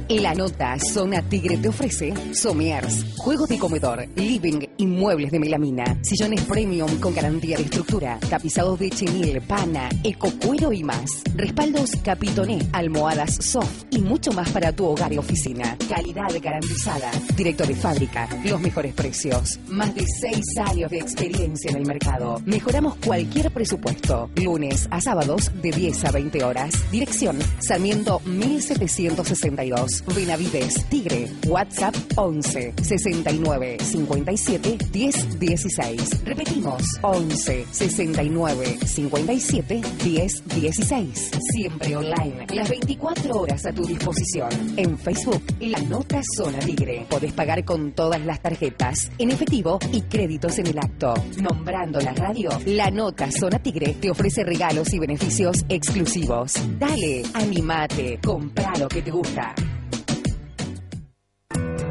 La nota Zona Tigre te ofrece somiers, juegos de comedor, living, inmuebles de melamina, sillones premium con garantía de estructura, tapizados de chenil, pana, ecocuero y más. Respaldos Capitoné, almohadas soft y mucho más para tu hogar y oficina. Calidad garantizada, directo de fábrica, los mejores precios. Más de seis años de experiencia en el mercado. Mejoramos cualquier presupuesto. Lunes a sábados de 10 a 20 horas. Dirección Sarmiento 1762. Benavides, Tigre. WhatsApp 11 69 57 10 16. Repetimos 11 69 57 10 16. Siempre online. Las 24 horas a tu disposición. En Facebook, La Nota Zona Tigre. Podés pagar con todas las tarjetas, en efectivo y créditos en el acto. Nombrando la radio, La Nota Zona Tigre te ofrece regalos y beneficios exclusivos. Dale, animate, compra lo que te gusta.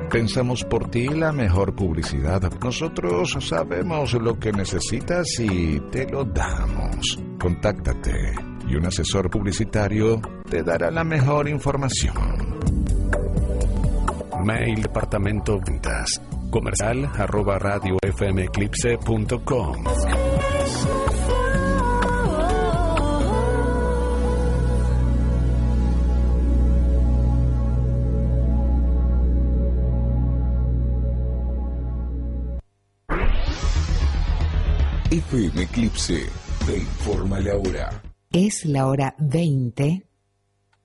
Pensamos por ti la mejor publicidad. Nosotros sabemos lo que necesitas y te lo damos. Contáctate y un asesor publicitario te dará la mejor información.
Mail departamento ventas comercial arroba radio fmeclipse.com.
FM Eclipse te informa la hora.
Es la hora 20,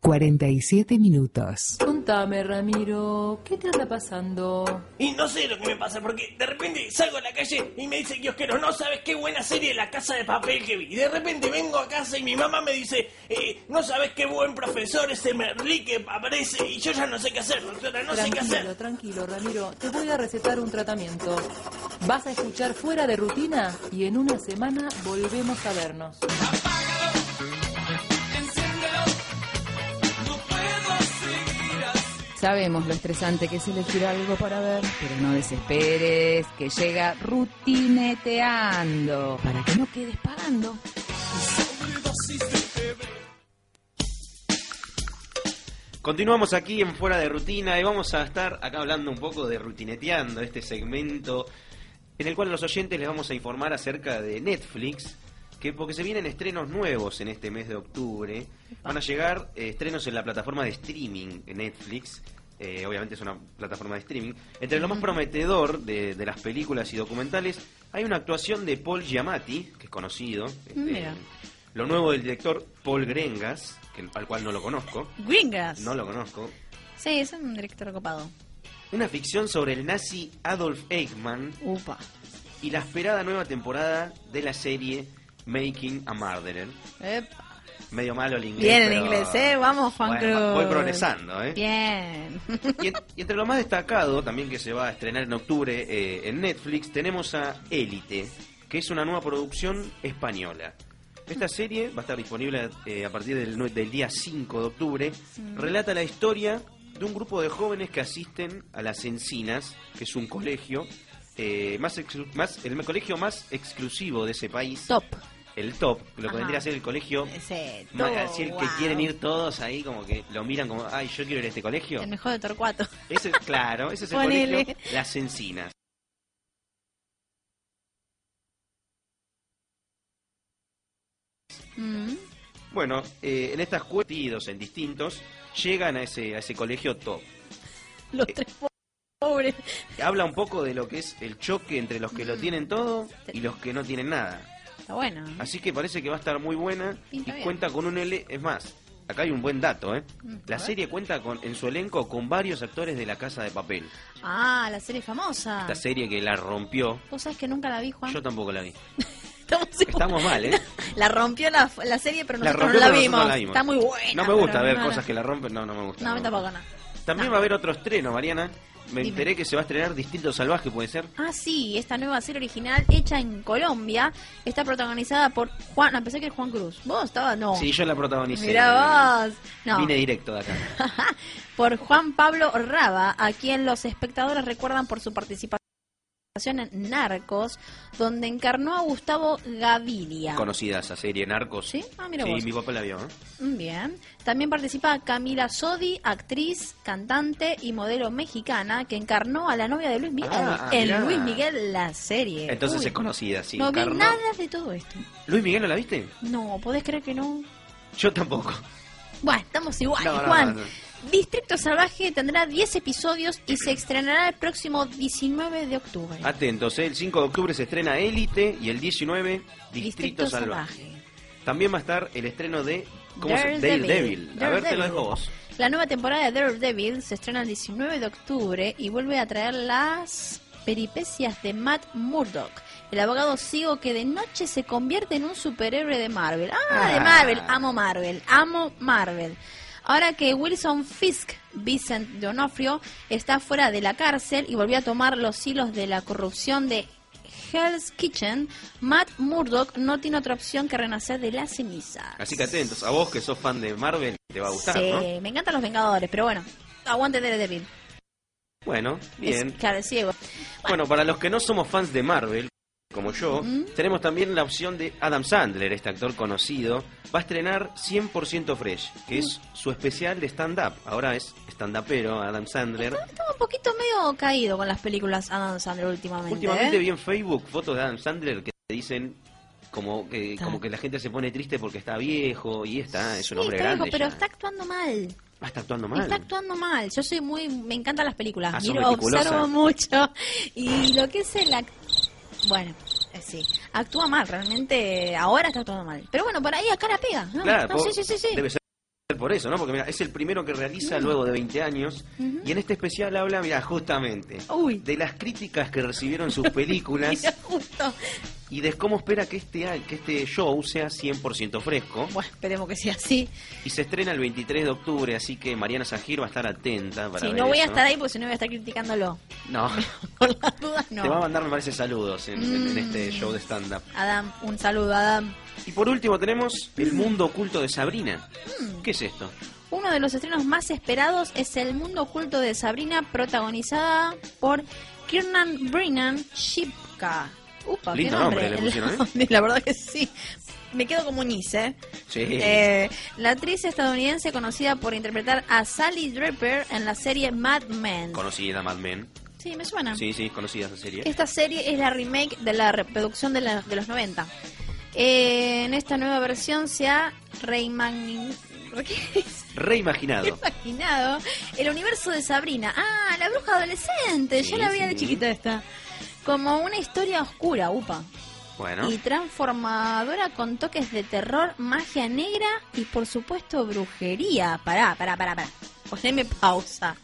47 minutos.
Contame, Ramiro, ¿qué te anda pasando?
Y no sé lo que me pasa, porque de repente salgo a la calle y me dice Kiosquero, no sabes qué buena serie La Casa de Papel que vi. Y de repente vengo a casa y mi mamá me dice, eh, no sabes qué buen profesor ese Merlí que aparece y yo ya no sé qué hacer, doctora, no sé qué hacer.
Tranquilo, tranquilo, Ramiro. Te voy a recetar un tratamiento. Vas a escuchar fuera de rutina y en una semana volvemos a vernos.
Sabemos lo estresante que es elegir algo para ver, pero no desesperes, que llega rutineteando. Para que no quedes pagando.
Continuamos aquí en Fuera de Rutina y vamos a estar acá hablando un poco de Rutineteando, este segmento en el cual a los oyentes les vamos a informar acerca de Netflix, que porque se vienen estrenos nuevos en este mes de octubre, van a llegar eh, estrenos en la plataforma de streaming en Netflix. eh, obviamente es una plataforma de streaming. Entre lo más prometedor de, de las películas y documentales hay una actuación de Paul Giamatti, que es conocido. este,
Mira.
Lo nuevo del director Paul Grengas, que- al cual no lo conozco.
Gringas.
No lo conozco.
Sí, es un director copado.
Una ficción sobre el nazi Adolf Eichmann. Y la esperada nueva temporada de la serie Making a Murderer.
Epa.
Medio malo el inglés.
Bien en
pero-
inglés, ¿eh? Vamos, Juan
Bueno,
Cruz.
Voy progresando, ¿eh?
Bien.
Y, en- y entre lo más destacado, también que se va a estrenar en octubre eh, en Netflix, tenemos a Élite, que es una nueva producción española. Esta serie va a estar disponible eh, a partir del, nue- del día 5 de octubre. Relata la historia de un grupo de jóvenes que asisten a Las Encinas, que es un colegio, eh, más, exclu- más el colegio más exclusivo de ese país.
Top.
El top, lo que
Ajá.
vendría a ser el colegio
Ese,
más,
todo,
así el que
wow.
quieren ir todos ahí, como que lo miran como, ay, yo quiero ir a este colegio.
El mejor de Torcuato.
Ese, claro, ese es el
Ponele.
colegio Las Encinas.
Mm.
Bueno, eh, en estas cuetidos, en distintos, llegan a ese, a ese colegio top.
Los tres po- pobres.
Habla un poco de lo que es el choque entre los que
Mm.
lo tienen todo y los que no tienen nada.
Está bueno. ¿eh?
Así que parece que va a estar muy buena y
Pinta bien.
cuenta con un L. Es más, acá hay un buen dato, ¿eh?
Mm, a
La
ver.
serie cuenta con, en su elenco con varios actores de La Casa de Papel.
Ah, la serie famosa.
Esta serie que la rompió.
Vos sabés que nunca la vi, Juan.
Yo tampoco la vi.
Estamos,
Estamos mal, ¿eh?
La rompió la, la serie, pero
La
nosotros
rompió,
no la
pero
vimos.
nosotros no la vimos.
Está muy buena.
No me gusta
pero
ver
no,
cosas
no.
que la rompen. No, no me gusta.
No, a
no
mí
me gusta.
tampoco, no.
También va a haber otro estreno, Mariana. Me
Dime.
enteré que se va a estrenar Distinto Salvaje, ¿puede ser?
Ah, sí, esta nueva serie original hecha en Colombia está protagonizada por Juan. No, pensé que era Juan Cruz. Vos estabas, no.
Sí, yo la protagonicé.
Oh. Mirá vos. No.
Vine directo de acá.
por Juan Pablo Raba, a quien los espectadores recuerdan por su participación en Narcos, donde encarnó a Gustavo Gaviria.
Conocida esa serie, Narcos.
Sí, ah, mira vos.
mi papá la vio. ¿eh?
Mm, Bien. También participa Camila Sodi, actriz, cantante y modelo mexicana, que encarnó a la novia de Luis Miguel
Ah,
en
mirá.
Luis Miguel la serie. Eh,
Entonces
Uy,
es conocida, sí.
No vi
Carno.
nada de todo esto.
¿Luis Miguel no la viste?
No, podés creer que no.
Yo tampoco.
Bueno, estamos igual,
No, no,
Juan.
no, no.
Distrito Salvaje tendrá 10 episodios y se estrenará el próximo 19 de octubre.
Atentos, ¿eh? el 5 de octubre se estrena Élite y el 19 Distrito, Salvaje. También va a estar el estreno de ¿cómo se-
Daredevil.
Daredevil. A ver, te lo dejo vos.
La nueva temporada de Daredevil se estrena el 19 de octubre y vuelve a traer las peripecias de Matt Murdock, el abogado ciego que de noche se convierte en un superhéroe de Marvel. Ah, de
Ah.
Marvel, amo Marvel, amo Marvel. Ahora que Wilson Fisk, Vincent D'Onofrio, está fuera de la cárcel y volvió a tomar los hilos de la corrupción de Hell's Kitchen, Matt Murdock no tiene otra opción que renacer de las cenizas.
Así que atentos, a vos que sos fan de Marvel, te va a gustar,
Sí,
¿no?
me encantan los Vengadores, pero bueno, aguante Daredevil.
Bueno, bien.
Es- claro, es ciego.
Bueno, para los que no somos fans de Marvel, como yo, tenemos también la opción de Adam Sandler, este actor conocido, va a estrenar 100% Fresh, que es
Mm.
su especial de stand-up. Ahora es stand-upero Adam Sandler.
Está un poquito medio caído con las películas Adam Sandler últimamente.
Últimamente
¿eh?
vi en Facebook fotos de Adam Sandler que dicen como que, como que la gente se pone triste porque está viejo y está, es un
Sí,
hombre
está viejo,
grande.
pero
ya.
está actuando mal.
Ah, está actuando mal.
Está actuando mal. Yo soy muy. Me encantan las películas.
Ah, sos
Miro,
meticulosa.
observo mucho. Y lo que es el. act- Bueno, eh, sí. Actúa mal, realmente. Ahora está actuando mal. Pero bueno, por ahí acá la pega. ¿no?
Claro,
No,
por-
sí, sí, sí. sí.
debe ser por eso, ¿no? Porque mira, es el primero que realiza luego de 20 años
Ujú. Oh,
y en este especial habla, mira, justamente de las críticas que recibieron sus películas
Mira, justo.
y de cómo espera que este a- que este show sea 100% fresco.
Bueno, esperemos que sea así.
Y se estrena el 23 de octubre, así que Mariana Sajir va a estar atenta para
Si
ver
no voy a
eso.
estar ahí porque si no voy a estar criticándolo.
No,
Dudas
te va a
no.
mandar, me parece, saludos en, en- en
Mm.
este show de stand-up.
Adam, un saludo, Adam.
Y por último tenemos El Mundo Oculto de Sabrina.
Mm.
¿Qué es esto?
Uno de los estrenos más esperados es El mundo oculto de Sabrina, protagonizada por Kiernan Brennan Shipka. Upa, qué
Lindo nombre le pusieron, ¿eh?
La verdad que sí. Me quedo como un is, ¿eh?
Sí.
Eh, la actriz estadounidense conocida por interpretar a Sally Draper en la serie Mad Men.
Conocida Mad Men.
Sí, me suena.
Sí, sí, conocida esa serie.
Esta serie Ah. es la remake de la reproducción de, la- de los 90. Eh, en esta nueva versión se ha reimagin- ¿qué es?
Reimaginado.
reimaginado el universo de Sabrina. Ah, la bruja adolescente.
Sí,
Yo la vi de
sí.
chiquita esta. Como una historia oscura, upa.
Bueno.
Y transformadora con toques de terror, magia negra y por supuesto brujería. Pará, pará, pará, pará. Poneme pausa.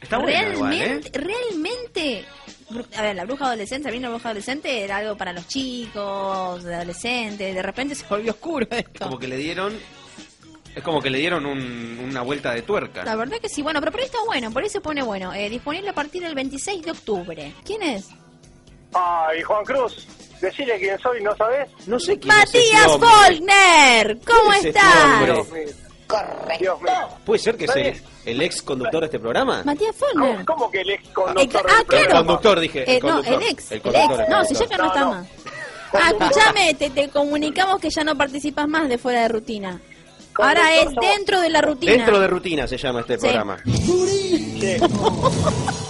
Está buena
realmente,
igual, ¿eh?
realmente. bru- A ver, la bruja adolescente, Sabrina la bruja adolescente era algo para los chicos, de adolescentes. De repente se volvió oscuro esto.
Como que le dieron... Es como que le dieron un- una vuelta de tuerca.
La verdad que sí, bueno, pero por ahí está bueno, por ahí se pone bueno. Eh, disponible a partir del 26 de octubre. ¿Quién es?
Ay, Juan Cruz, decile quién soy, ¿no sabes?
No sé quién
Matías Faulkner, ¿cómo
¿Quién es ese
estás?
hombre?
Dios mío.
¿Puede ser que es el, el ex conductor de este programa?
Matías Faulkner.
¿Cómo que el ex
conductor?
El
ah, claro.
conductor, dije.
Eh, no,
conductor.
el ex. El
conductor,
ex.
el
No, si
conductor.
ya que no, está más. Ah, escúchame, te, te comunicamos que ya no participas más de fuera de rutina. Ahora es dentro de la rutina.
Dentro de rutina se llama este
Sí.
programa.
Sí.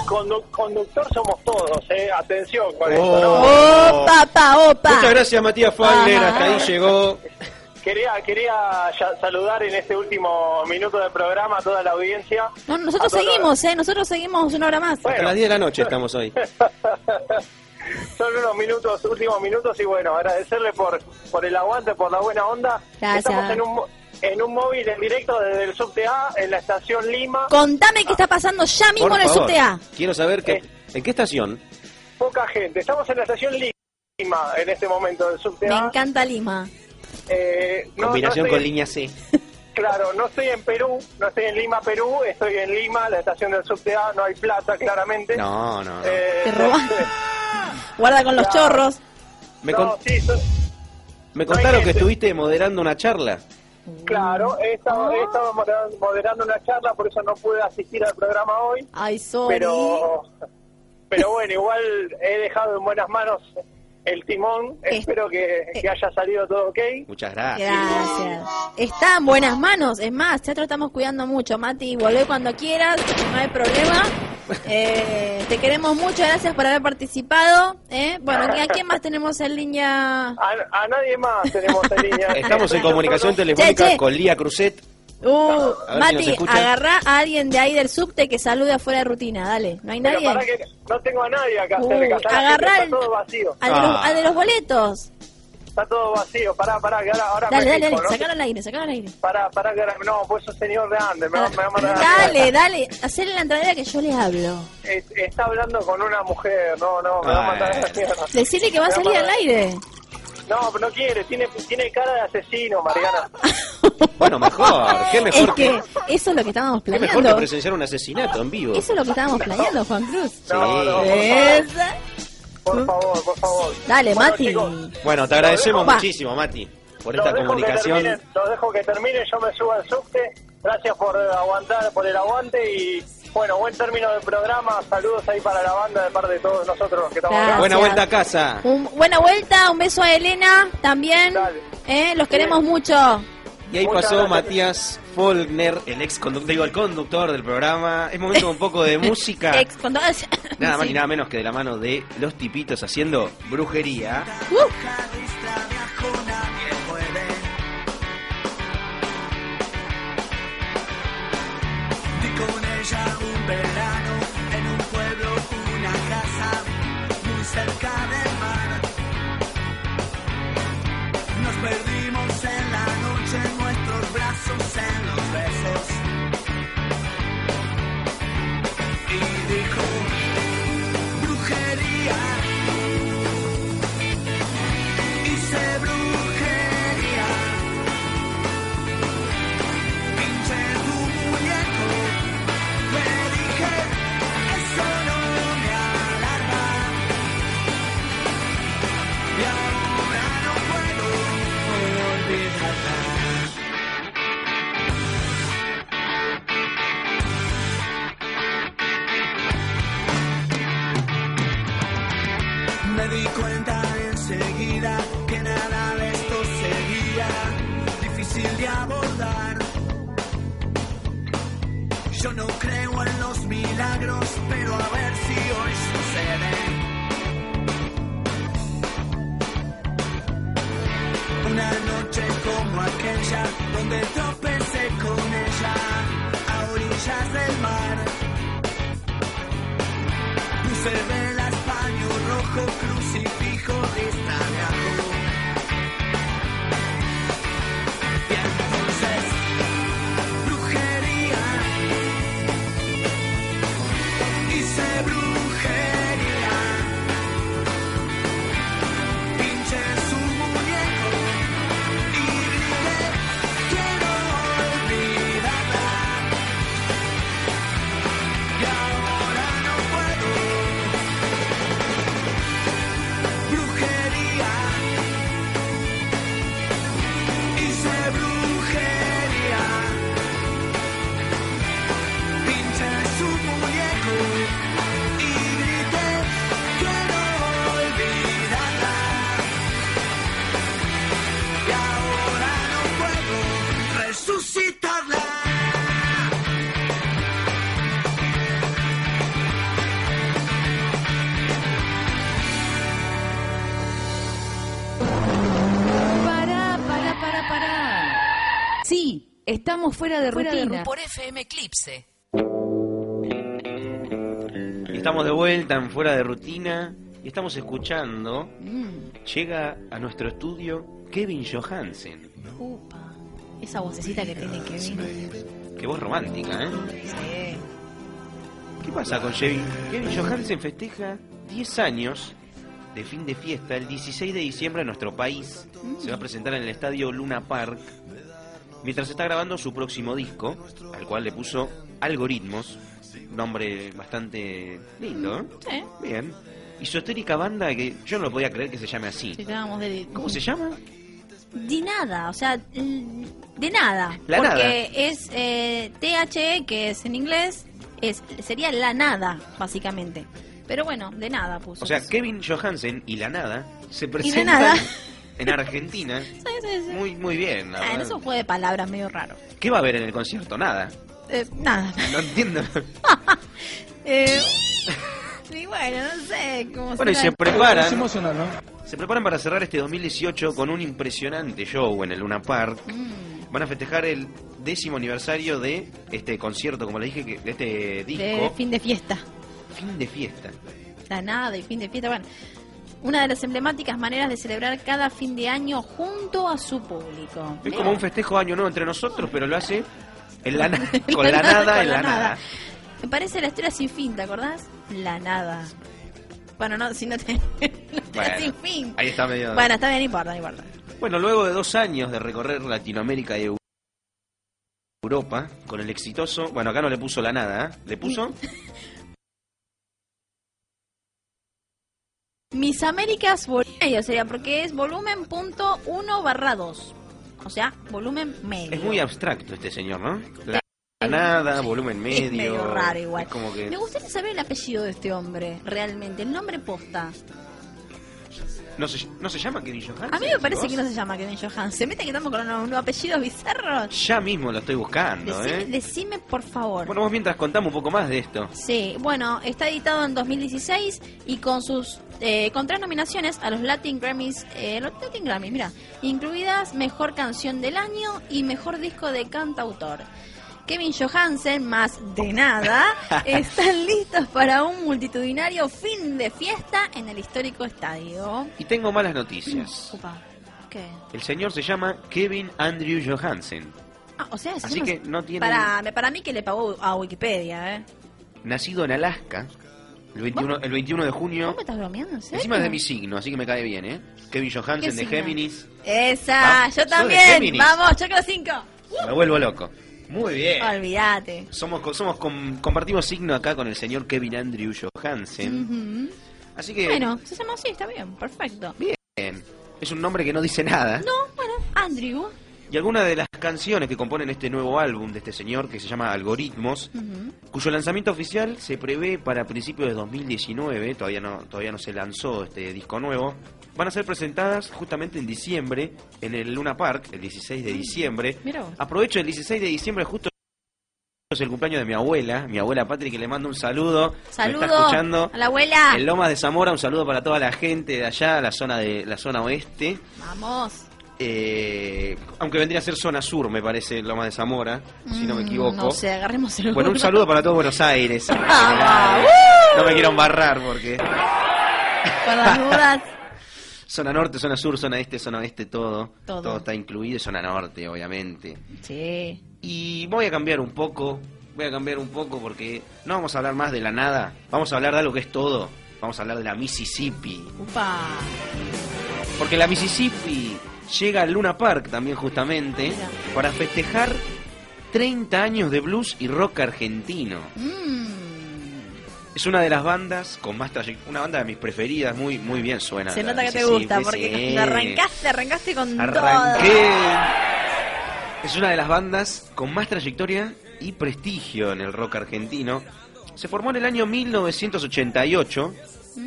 Condu- conductor somos todos, ¿eh? Atención con esto,
Oh.
¿no?
Opa, opa.
Muchas gracias, Matías Fagner. Hasta ahí llegó.
Quería, quería ya saludar en este último minuto del programa a toda la audiencia.
No, nosotros
A toda la-
seguimos, ¿eh? Nosotros seguimos una hora más.
Hasta las 10 de la noche estamos hoy.
Son unos minutos, últimos minutos y bueno, agradecerle por, por el aguante, por la buena onda.
Gracias.
Estamos en un, mo- en un móvil en directo desde el subte A en la estación Lima.
Contame qué está pasando ya mismo
Por
en el
favor,
subte A.
Quiero saber
Eh.
que, en qué estación.
Poca gente. Estamos en la estación Lima en este momento del subte
Me
A.
encanta Lima.
Eh, no- no
Combinación
estoy-
con línea C.
Claro, no estoy en Perú, no estoy en Lima, Perú, estoy en Lima, la estación del subte A, no hay plata, claramente.
No, no, no.
Eh,
Te robaste. Guarda con los
No.
chorros.
Me,
no,
con-
sí, so-
me contaron que estuviste moderando una charla.
claro, he estado,
Ah.
he estado modera- moderando una charla, por eso no pude asistir al programa hoy.
Ay, sorry.
Pero, pero bueno, igual he dejado en buenas manos el timón, espero que,
eh.
que haya salido todo ok.
Muchas gracias.
Gracias. Está en buenas manos. Es más, ya te lo estamos cuidando mucho, Mati. Volvé cuando quieras, no hay problema. Eh, te queremos mucho, gracias por haber participado. ¿eh? Bueno, ¿a quién más tenemos en línea?
A, a nadie más tenemos en línea.
Estamos en
Estoy
comunicación
solo.
telefónica
Che, che.
con Lía Cruzet.
Uh,
A ver si nos
Mati,
escucha.
agarrá a alguien de ahí del subte que salude afuera de rutina. Dale, no hay
Pero
nadie.
pará que no tengo a nadie acá
Uy,
cerca, está, la gente,
agarrá
está
el-
todo vacío.
Al de,
Ah.
los, al de los boletos.
Está todo vacío, pará, pará, que ahora, ahora
Dale,
me
dale,
fijo,
dale.
¿no?
Sacalo al aire, sacalo al aire.
Pará, pará, que ahora, no, pues es un señor grande, me va, me va a matar.
Dale, dale. Hacerle la entradera que yo le hablo.
Es- está hablando con una mujer, no, no, me va a matar
Ay.
esa mierda.
Decirle que va a
Me
salir al
matar.
aire.
No, pero no quiere, tiene, tiene cara de asesino, Mariana.
Ah,
Bueno, mejor. Qué mejor,
es que eso es lo que estábamos
qué mejor que
planeando.
presenciar un asesinato en vivo.
Eso es lo que estábamos planeando, Juan Cruz.
No, no, por favor.
Esa.
Por favor, por favor.
¿Eh? Dale,
Bueno,
Mati.
chicos,
Bueno, te agradecemos
Va.
muchísimo, Mati, por
los
esta
dejo que
comunicación.
terminen, los dejo que termine, yo me subo al subte. Gracias por aguantar, por el aguante y Bueno, buen término del programa. Saludos ahí para la banda de parte de todos nosotros los que estamos acá.
Buena vuelta a casa.
Un, buena vuelta, un beso a Elena también. Eh, los queremos mucho.
Y ahí pasó Matías Faulkner, el ex conductor, digo, el conductor del programa. Es momento de un poco de música.
Ex con dos-
Nada más y nada menos que de la mano de los tipitos haciendo brujería.
Uh.
Di con ella un verano en un pueblo, una casa muy cerca del mar. Nos perdimos en la noche, nuestros brazos en los besos. Y dijo, brujería. Hice brujería. Pinché tu muñeco. Me dije, eso no me alarma. Y ahora no puedo olvidarla. Me di cuenta enseguida que nada de esto seguía difícil de abordar. Yo no creo en los milagros, pero a ver si hoy sucede. Una noche como aquella, donde tropecé con ella, a orillas del mar. Puse velas, paño rojo, crucifijo, lista de ajo. Y entonces, brujería, hice brujería. Pinché su muñeco y grité, quiero olvidarla. Y ahora no puedo. Brujería. Hice brujería. Pinché su muñeco y grité, quiero olvidarla. Y ahora no puedo resucitarla.
Pará, pará, pará, pará. Sí, estamos fuera de
Fuera de
rutina.
ru-
por FM Eclipse.
Y Estamos de vuelta en Fuera de Rutina y estamos escuchando.
Mm.
Llega a nuestro estudio Kevin Johansen.
Upa, esa vocecita que tiene que ver.
Qué voz romántica, ¿eh? ¿Qué pasa con Kevin? Kevin Johansen festeja 10 años de fin de fiesta el 16 de diciembre en nuestro país. Se va a presentar en el estadio Luna Park mientras está grabando su próximo disco, al cual le puso Algoritmos, nombre bastante lindo. ¿eh?
Sí.
Bien. Y su estética banda que yo no lo podía creer que se llame así.
Si estábamos de-
¿Cómo se llama?
De nada, o sea, mm, de nada.
La
porque
nada.
es eh, THE, que es en inglés, es sería la nada, básicamente. Pero bueno, de nada puso.
O sea, Kevin Johansen y La Nada se
Y de
presentan
nada.
en Argentina.
Sí, sí, sí.
Muy, muy bien, la
Ah,
verdad.
eso fue de palabras medio raro.
¿Qué va a haber en el concierto? Nada.
Eh, nada.
No entiendo.
Eh, y bueno, no sé cómo
Bueno, y
será.
se preparan. Se preparan para cerrar este 2018 con un impresionante show en el Luna Park. Van a festejar el décimo aniversario de este concierto, como le dije, que- de este
De
disco.
fin de fiesta.
Fin de fiesta.
La nada y fin de fiesta. Bueno, una de las emblemáticas maneras de celebrar cada fin de año junto a su público.
Es como un festejo de año nuevo entre nosotros, pero lo hace en la na- con
La nada,
la nada,
con
en
la
la nada.
Me parece la historia sin fin, ¿te acordás? La nada. Bueno, no, si no te. la historia
Bueno,
sin fin.
Ahí está medio.
Bueno, está bien, no importa, no importa.
Bueno, luego de dos años de recorrer Latinoamérica y Eu- Europa con el exitoso. Bueno, acá no le puso la nada, ¿eh? ¿Le puso?
Mis Américas vol- medio sería porque es volumen punto uno barra dos. O sea, volumen medio.
Es muy abstracto este señor, ¿no? La nada, volumen medio.
Es medio raro igual.
Es como que
Me gustaría saber el apellido de este hombre, realmente, el nombre posta.
no se, no se llama Kevin Johansen.
A mí me parece
¿vos?
que no se llama Kevin Johansen. Se mete que estamos con unos, unos apellidos bizarros.
Ya mismo lo estoy buscando,
Decime,
¿eh?
decime, por favor.
Bueno, vos mientras contamos un poco más de esto.
Sí, bueno, está editado en 2016 y con sus eh, con tres nominaciones a los Latin Grammys, eh, los Latin Grammys, mira, incluidas Mejor Canción del Año y Mejor Disco de Cantautor. Kevin Johansen, más de nada, están listos para un multitudinario fin de fiesta en el histórico estadio.
Y tengo malas noticias.
Upa, ¿qué?
El señor se llama Kevin Andrew Johansen.
Ah, o sea,
Así que no tiene-
para, para mí que le pagó a Wikipedia, ¿eh?
Nacido en Alaska, el 21, el 21 de junio.
¿Cómo estás bromeando? ¿En serio?
Encima es de mi signo, así que me cae bien, ¿eh? Kevin
¿Qué
Johansen de
signo?
Géminis.
Esa,
Ah,
yo
¿sos de
también.
Géminis?
Vamos, Choclo 5.
Me vuelvo loco. Muy bien.
Olvídate.
Somos, co- somos com- compartimos signo acá con el señor Kevin Andrew Johansen.
Ujú.
Así que
Mm. Bueno, se llama así, está bien, perfecto. Bien.
bien. es un nombre que no dice nada.
No, bueno, Andrew.
Y algunas de las canciones que componen este nuevo álbum de este señor que se llama Algoritmos,
Ujú.
cuyo lanzamiento oficial se prevé para principios de 2019, todavía no, todavía no se lanzó este disco nuevo, van a ser presentadas justamente en diciembre en el Luna Park, el 16
Mm.
de diciembre.
Mira vos.
Aprovecho el 16 de diciembre justo es el cumpleaños de mi abuela, mi abuela Patrick, que le mando un saludo. Me está
Saludos
escuchando.
a la abuela.
En Lomas de Zamora, un saludo para toda la gente de allá, la zona de la zona oeste.
Vamos.
Eh, aunque vendría a ser zona sur, me parece, Lomas de Zamora, si no me
Mm,
equivoco.
No sé, agarremos el
Bueno, un
otro.
saludo para todo Buenos Aires.
Ah,
No me quiero embarrar porque
Por las dudas.
zona norte, zona sur, zona este, zona oeste, todo.
Todo.
está incluido, y zona norte, obviamente.
Sí.
Y voy a cambiar un poco, voy a cambiar un poco porque no vamos a hablar más de la nada, vamos a hablar de algo que es todo. Vamos a hablar de la Mississippi.
Upa.
Porque la Mississippi llega al Luna Park también justamente para festejar 30 años de blues y rock argentino.
Mm.
Es una de las bandas con más trayectoria, una banda de mis preferidas, muy muy bien suena.
Se
la
nota que te
Mississippi,
gusta porque
sí.
te arrancaste, arrancaste con
Arranqué.
todo.
Es una de las bandas con más trayectoria y prestigio en el rock argentino. Se formó en el año 1988,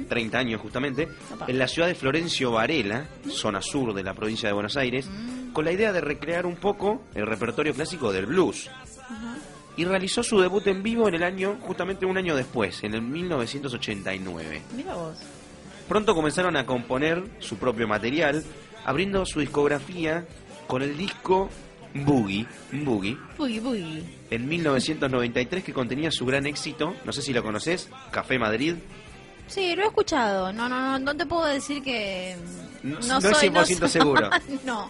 30 años justamente, en la ciudad de Florencio Varela, zona sur de la provincia de Buenos Aires, con la idea de recrear un poco el repertorio clásico del blues. Y realizó su debut en vivo en el año, justamente un año después, en el 1989.
Mira vos.
Pronto comenzaron a componer su propio material, abriendo su discografía con el disco Boogie, Boogie,
Boogie, boogie.
en 1993 que contenía su gran éxito, no sé si lo conoces, Café Madrid.
Sí, lo he escuchado. No, no, no, no te puedo decir que.
No-
No,
no es
soy,
100%
soy-
seguro.
no.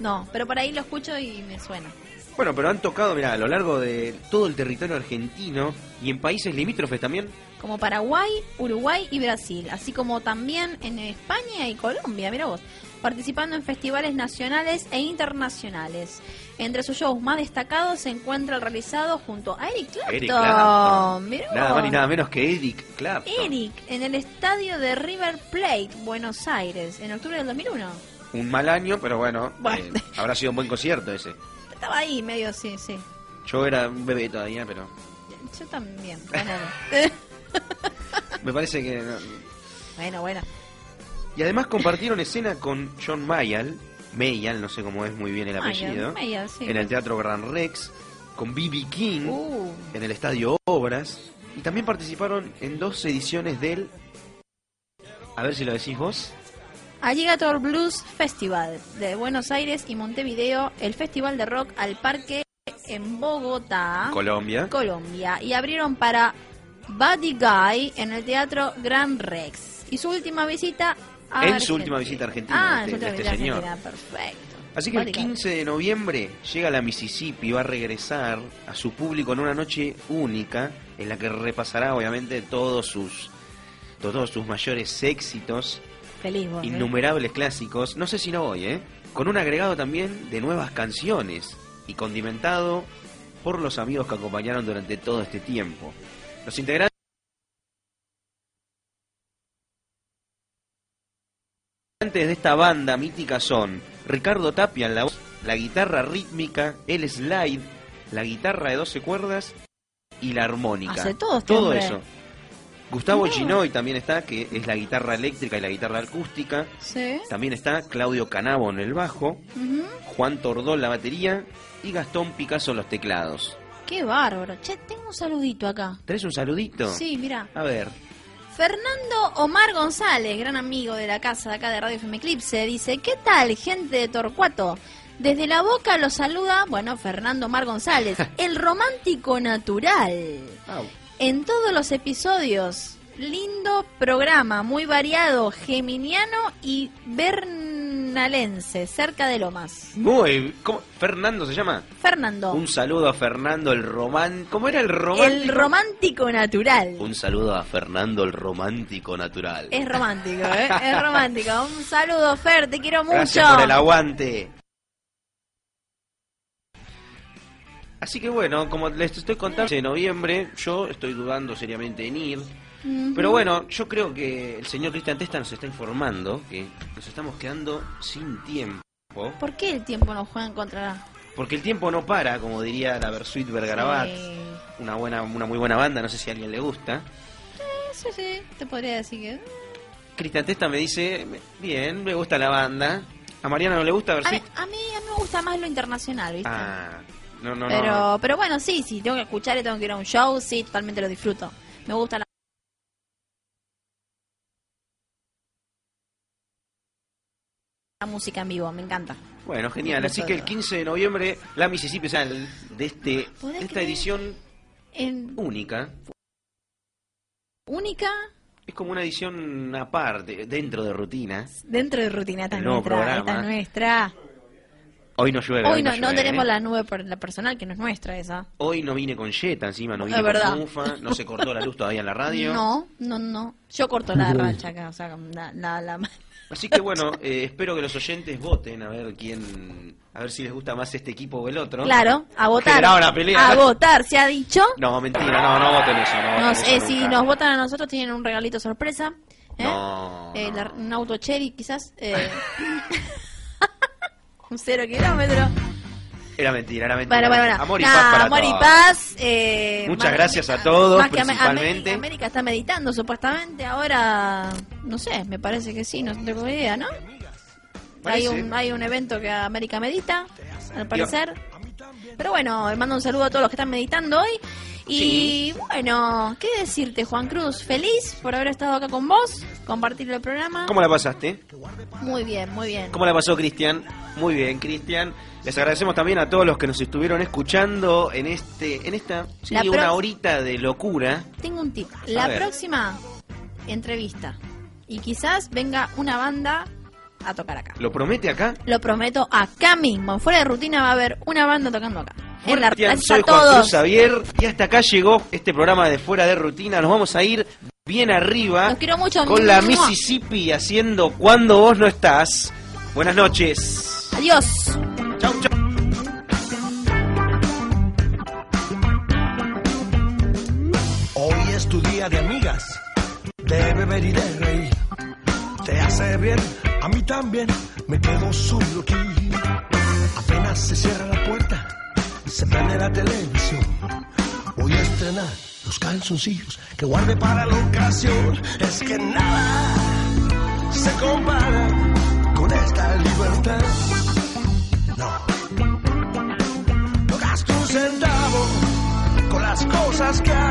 No, pero por ahí lo escucho y me suena.
Bueno, pero han tocado, mira, a lo largo de todo el territorio argentino y en países limítrofes también.
como Paraguay, Uruguay y Brasil, así como también en España y Colombia, mira vos, participando en festivales nacionales e internacionales. Entre sus shows más destacados se encuentra el realizado junto a Eric Clapton.
Eric Clapton.
Mirá
Nada más
vos.
ni nada menos que Eric Clapton.
Eric, en el estadio de River Plate, Buenos Aires, en octubre del 2001.
Un mal año, pero bueno,
Bueno.
eh, habrá sido un buen concierto ese.
Estaba ahí, medio, sí, sí.
Yo era un bebé todavía, pero
Yo también. Bueno,
me parece que no,
bueno. bueno.
Y además compartieron escena con John Mayall, Mayall, no sé cómo es muy bien el
Mayall,
apellido,
Mayall, sí.
en el Teatro Gran Rex, con B.B. King,
Uh.
en el Estadio Obras, y también participaron en dos ediciones del... A ver si lo decís vos.
Alligator Blues Festival de Buenos Aires y Montevideo, el festival de rock al parque en Bogotá,
Colombia.
Colombia, y abrieron para Buddy Guy en el Teatro Gran Rex. Y su última visita a
en
Argentina.
su última visita a Argentina,
Ah,
de-
en su última
de este
visita a
señor.
Argentina, perfecto.
Así que el
Buddy Guy.
15 de noviembre llega a la Mississippi y va a regresar a su público en una noche única en la que repasará obviamente todos sus todos sus mayores éxitos,
Feliz vos, ¿eh?
innumerables clásicos, no sé si no voy, ¿eh? Con un agregado también de nuevas canciones y condimentado por los amigos que acompañaron durante todo este tiempo. Los integrantes de esta banda mítica son Ricardo Tapia en la voz, la guitarra rítmica, el slide, la guitarra de 12 cuerdas y la armónica.
Hace todo este
Todo
hombre.
eso. Gustavo Ginoy también está, que es la guitarra eléctrica y la guitarra acústica.
Sí.
También está Claudio Canabo en el bajo,
Ujú.
Juan Tordón la batería y Gastón Picasso en los teclados.
Qué bárbaro. Che, tengo un saludito acá.
¿Tenés un saludito?
Sí, mira.
A ver,
Fernando Omar González, gran amigo de la casa de acá de Radio FM Eclipse, dice, ¿qué tal gente de Torcuato? Desde la boca los saluda, bueno, Fernando Omar González, el romántico natural.
Ah,
En todos los episodios, lindo programa, muy variado, geminiano y bernalense, cerca de Lomas.
muy... ¿cómo? ¿Fernando se llama?
Fernando,
Un saludo a Fernando el román... ¿Cómo era el román?
el romántico natural.
Un saludo a Fernando el romántico natural.
Es romántico, ¿eh? Es romántico. Un saludo, Fer, te quiero mucho.
Gracias por el aguante. Así que bueno, como les estoy contando, en noviembre yo estoy dudando seriamente en ir. Pero bueno, yo creo que el señor Cristian Testa nos está informando que nos estamos quedando sin tiempo.
¿Por qué el tiempo no juega en contra?
Porque el tiempo no para, como diría la Versuit Vergarabat.
Sí.
Una, buena, una muy buena banda, no sé si a alguien le gusta.
Sí, sí, te podría decir que.
Cristian Testa me dice, bien, me gusta la banda. A Mariana no le gusta
A mí,
Versuit.
a mí, a mí me gusta más lo internacional, ¿viste?
Ah, no, no, no.
pero, pero bueno, sí, sí, tengo que escuchar y tengo que ir a un show, sí, totalmente lo disfruto. Me gusta la. La música en vivo, me encanta.
Bueno, genial. Así que el 15 de noviembre, la Mississippi Sal de, este, de
¿Podés
esta
creer?
edición
En
única.
única,
Es como una edición aparte, dentro de rutina.
dentro de rutina, esta es
El nuevo
nuestra, esta
programa.
es nuestra.
Hoy no llueve.
Hoy no, no
llueve,
tenemos
¿eh?
la nube per- la personal, que no es nuestra esa.
Hoy no vine con Jetta encima, no vine
Es
con
verdad.
Mufa, no se cortó la luz todavía en la radio.
No, no, no. Yo corto la
Ujú.
racha acá, o sea, la, la, la-
Así que bueno, eh, espero que los oyentes voten a ver quién, a ver si les gusta más este equipo o el otro.
Claro, a votar.
Generaba una pelea.
A votar, se ha dicho.
No, mentira, no, no voten eso. No, voten
Nos-
eso
eh, si
nunca.
nos votan a nosotros tienen un regalito sorpresa,
No,
eh, la- un auto cherry quizás, eh, un cero kilómetro.
era mentira, era mentira.
Bueno, bueno, bueno.
Amor y
Nah,
paz para
amor y
todos.
paz. eh,
Muchas
más-
gracias a todos,
más que Ame-
principalmente.
América, América está meditando supuestamente ahora, no sé, me parece que sí, no tengo idea, ¿no? Hay
Parece.
un, hay un evento que América medita, al parecer. Pero bueno, le mando un saludo a todos los que están meditando hoy. Y bueno, ¿qué decirte, Juan Cruz? Feliz por haber estado acá con vos, compartir el programa.
¿Cómo la pasaste?
Muy bien, muy bien.
¿Cómo la pasó Cristian? Muy bien, Cristian. Les agradecemos también a todos los que nos estuvieron escuchando en este en esta sí,
La
una
pro-
horita de locura.
Tengo un tip. La
ver.
próxima entrevista. Y quizás venga una banda a tocar acá.
¿Lo promete acá?
Lo prometo acá mismo. En Fuera de rutina va a haber una banda tocando acá. En la
Cristian,
gracias a
soy Juan Cruz
todos.
Javier y hasta acá llegó este programa de Fuera de Rutina. Nos vamos a ir bien arriba
Los quiero mucho.
¿ah? con la
Mua.
Mississippi haciendo cuando vos no estás. Buenas noches.
Adiós.
Hoy es tu día de amigas, de beber y de reír. Te hace bien, a mí también, me quedo solo aquí. Apenas se cierra la puerta, se prende la televisión. Voy a estrenar los calzoncillos que guarde para la ocasión. Es que nada se compara con esta libertad. No, no gasto un centavo con las cosas que hago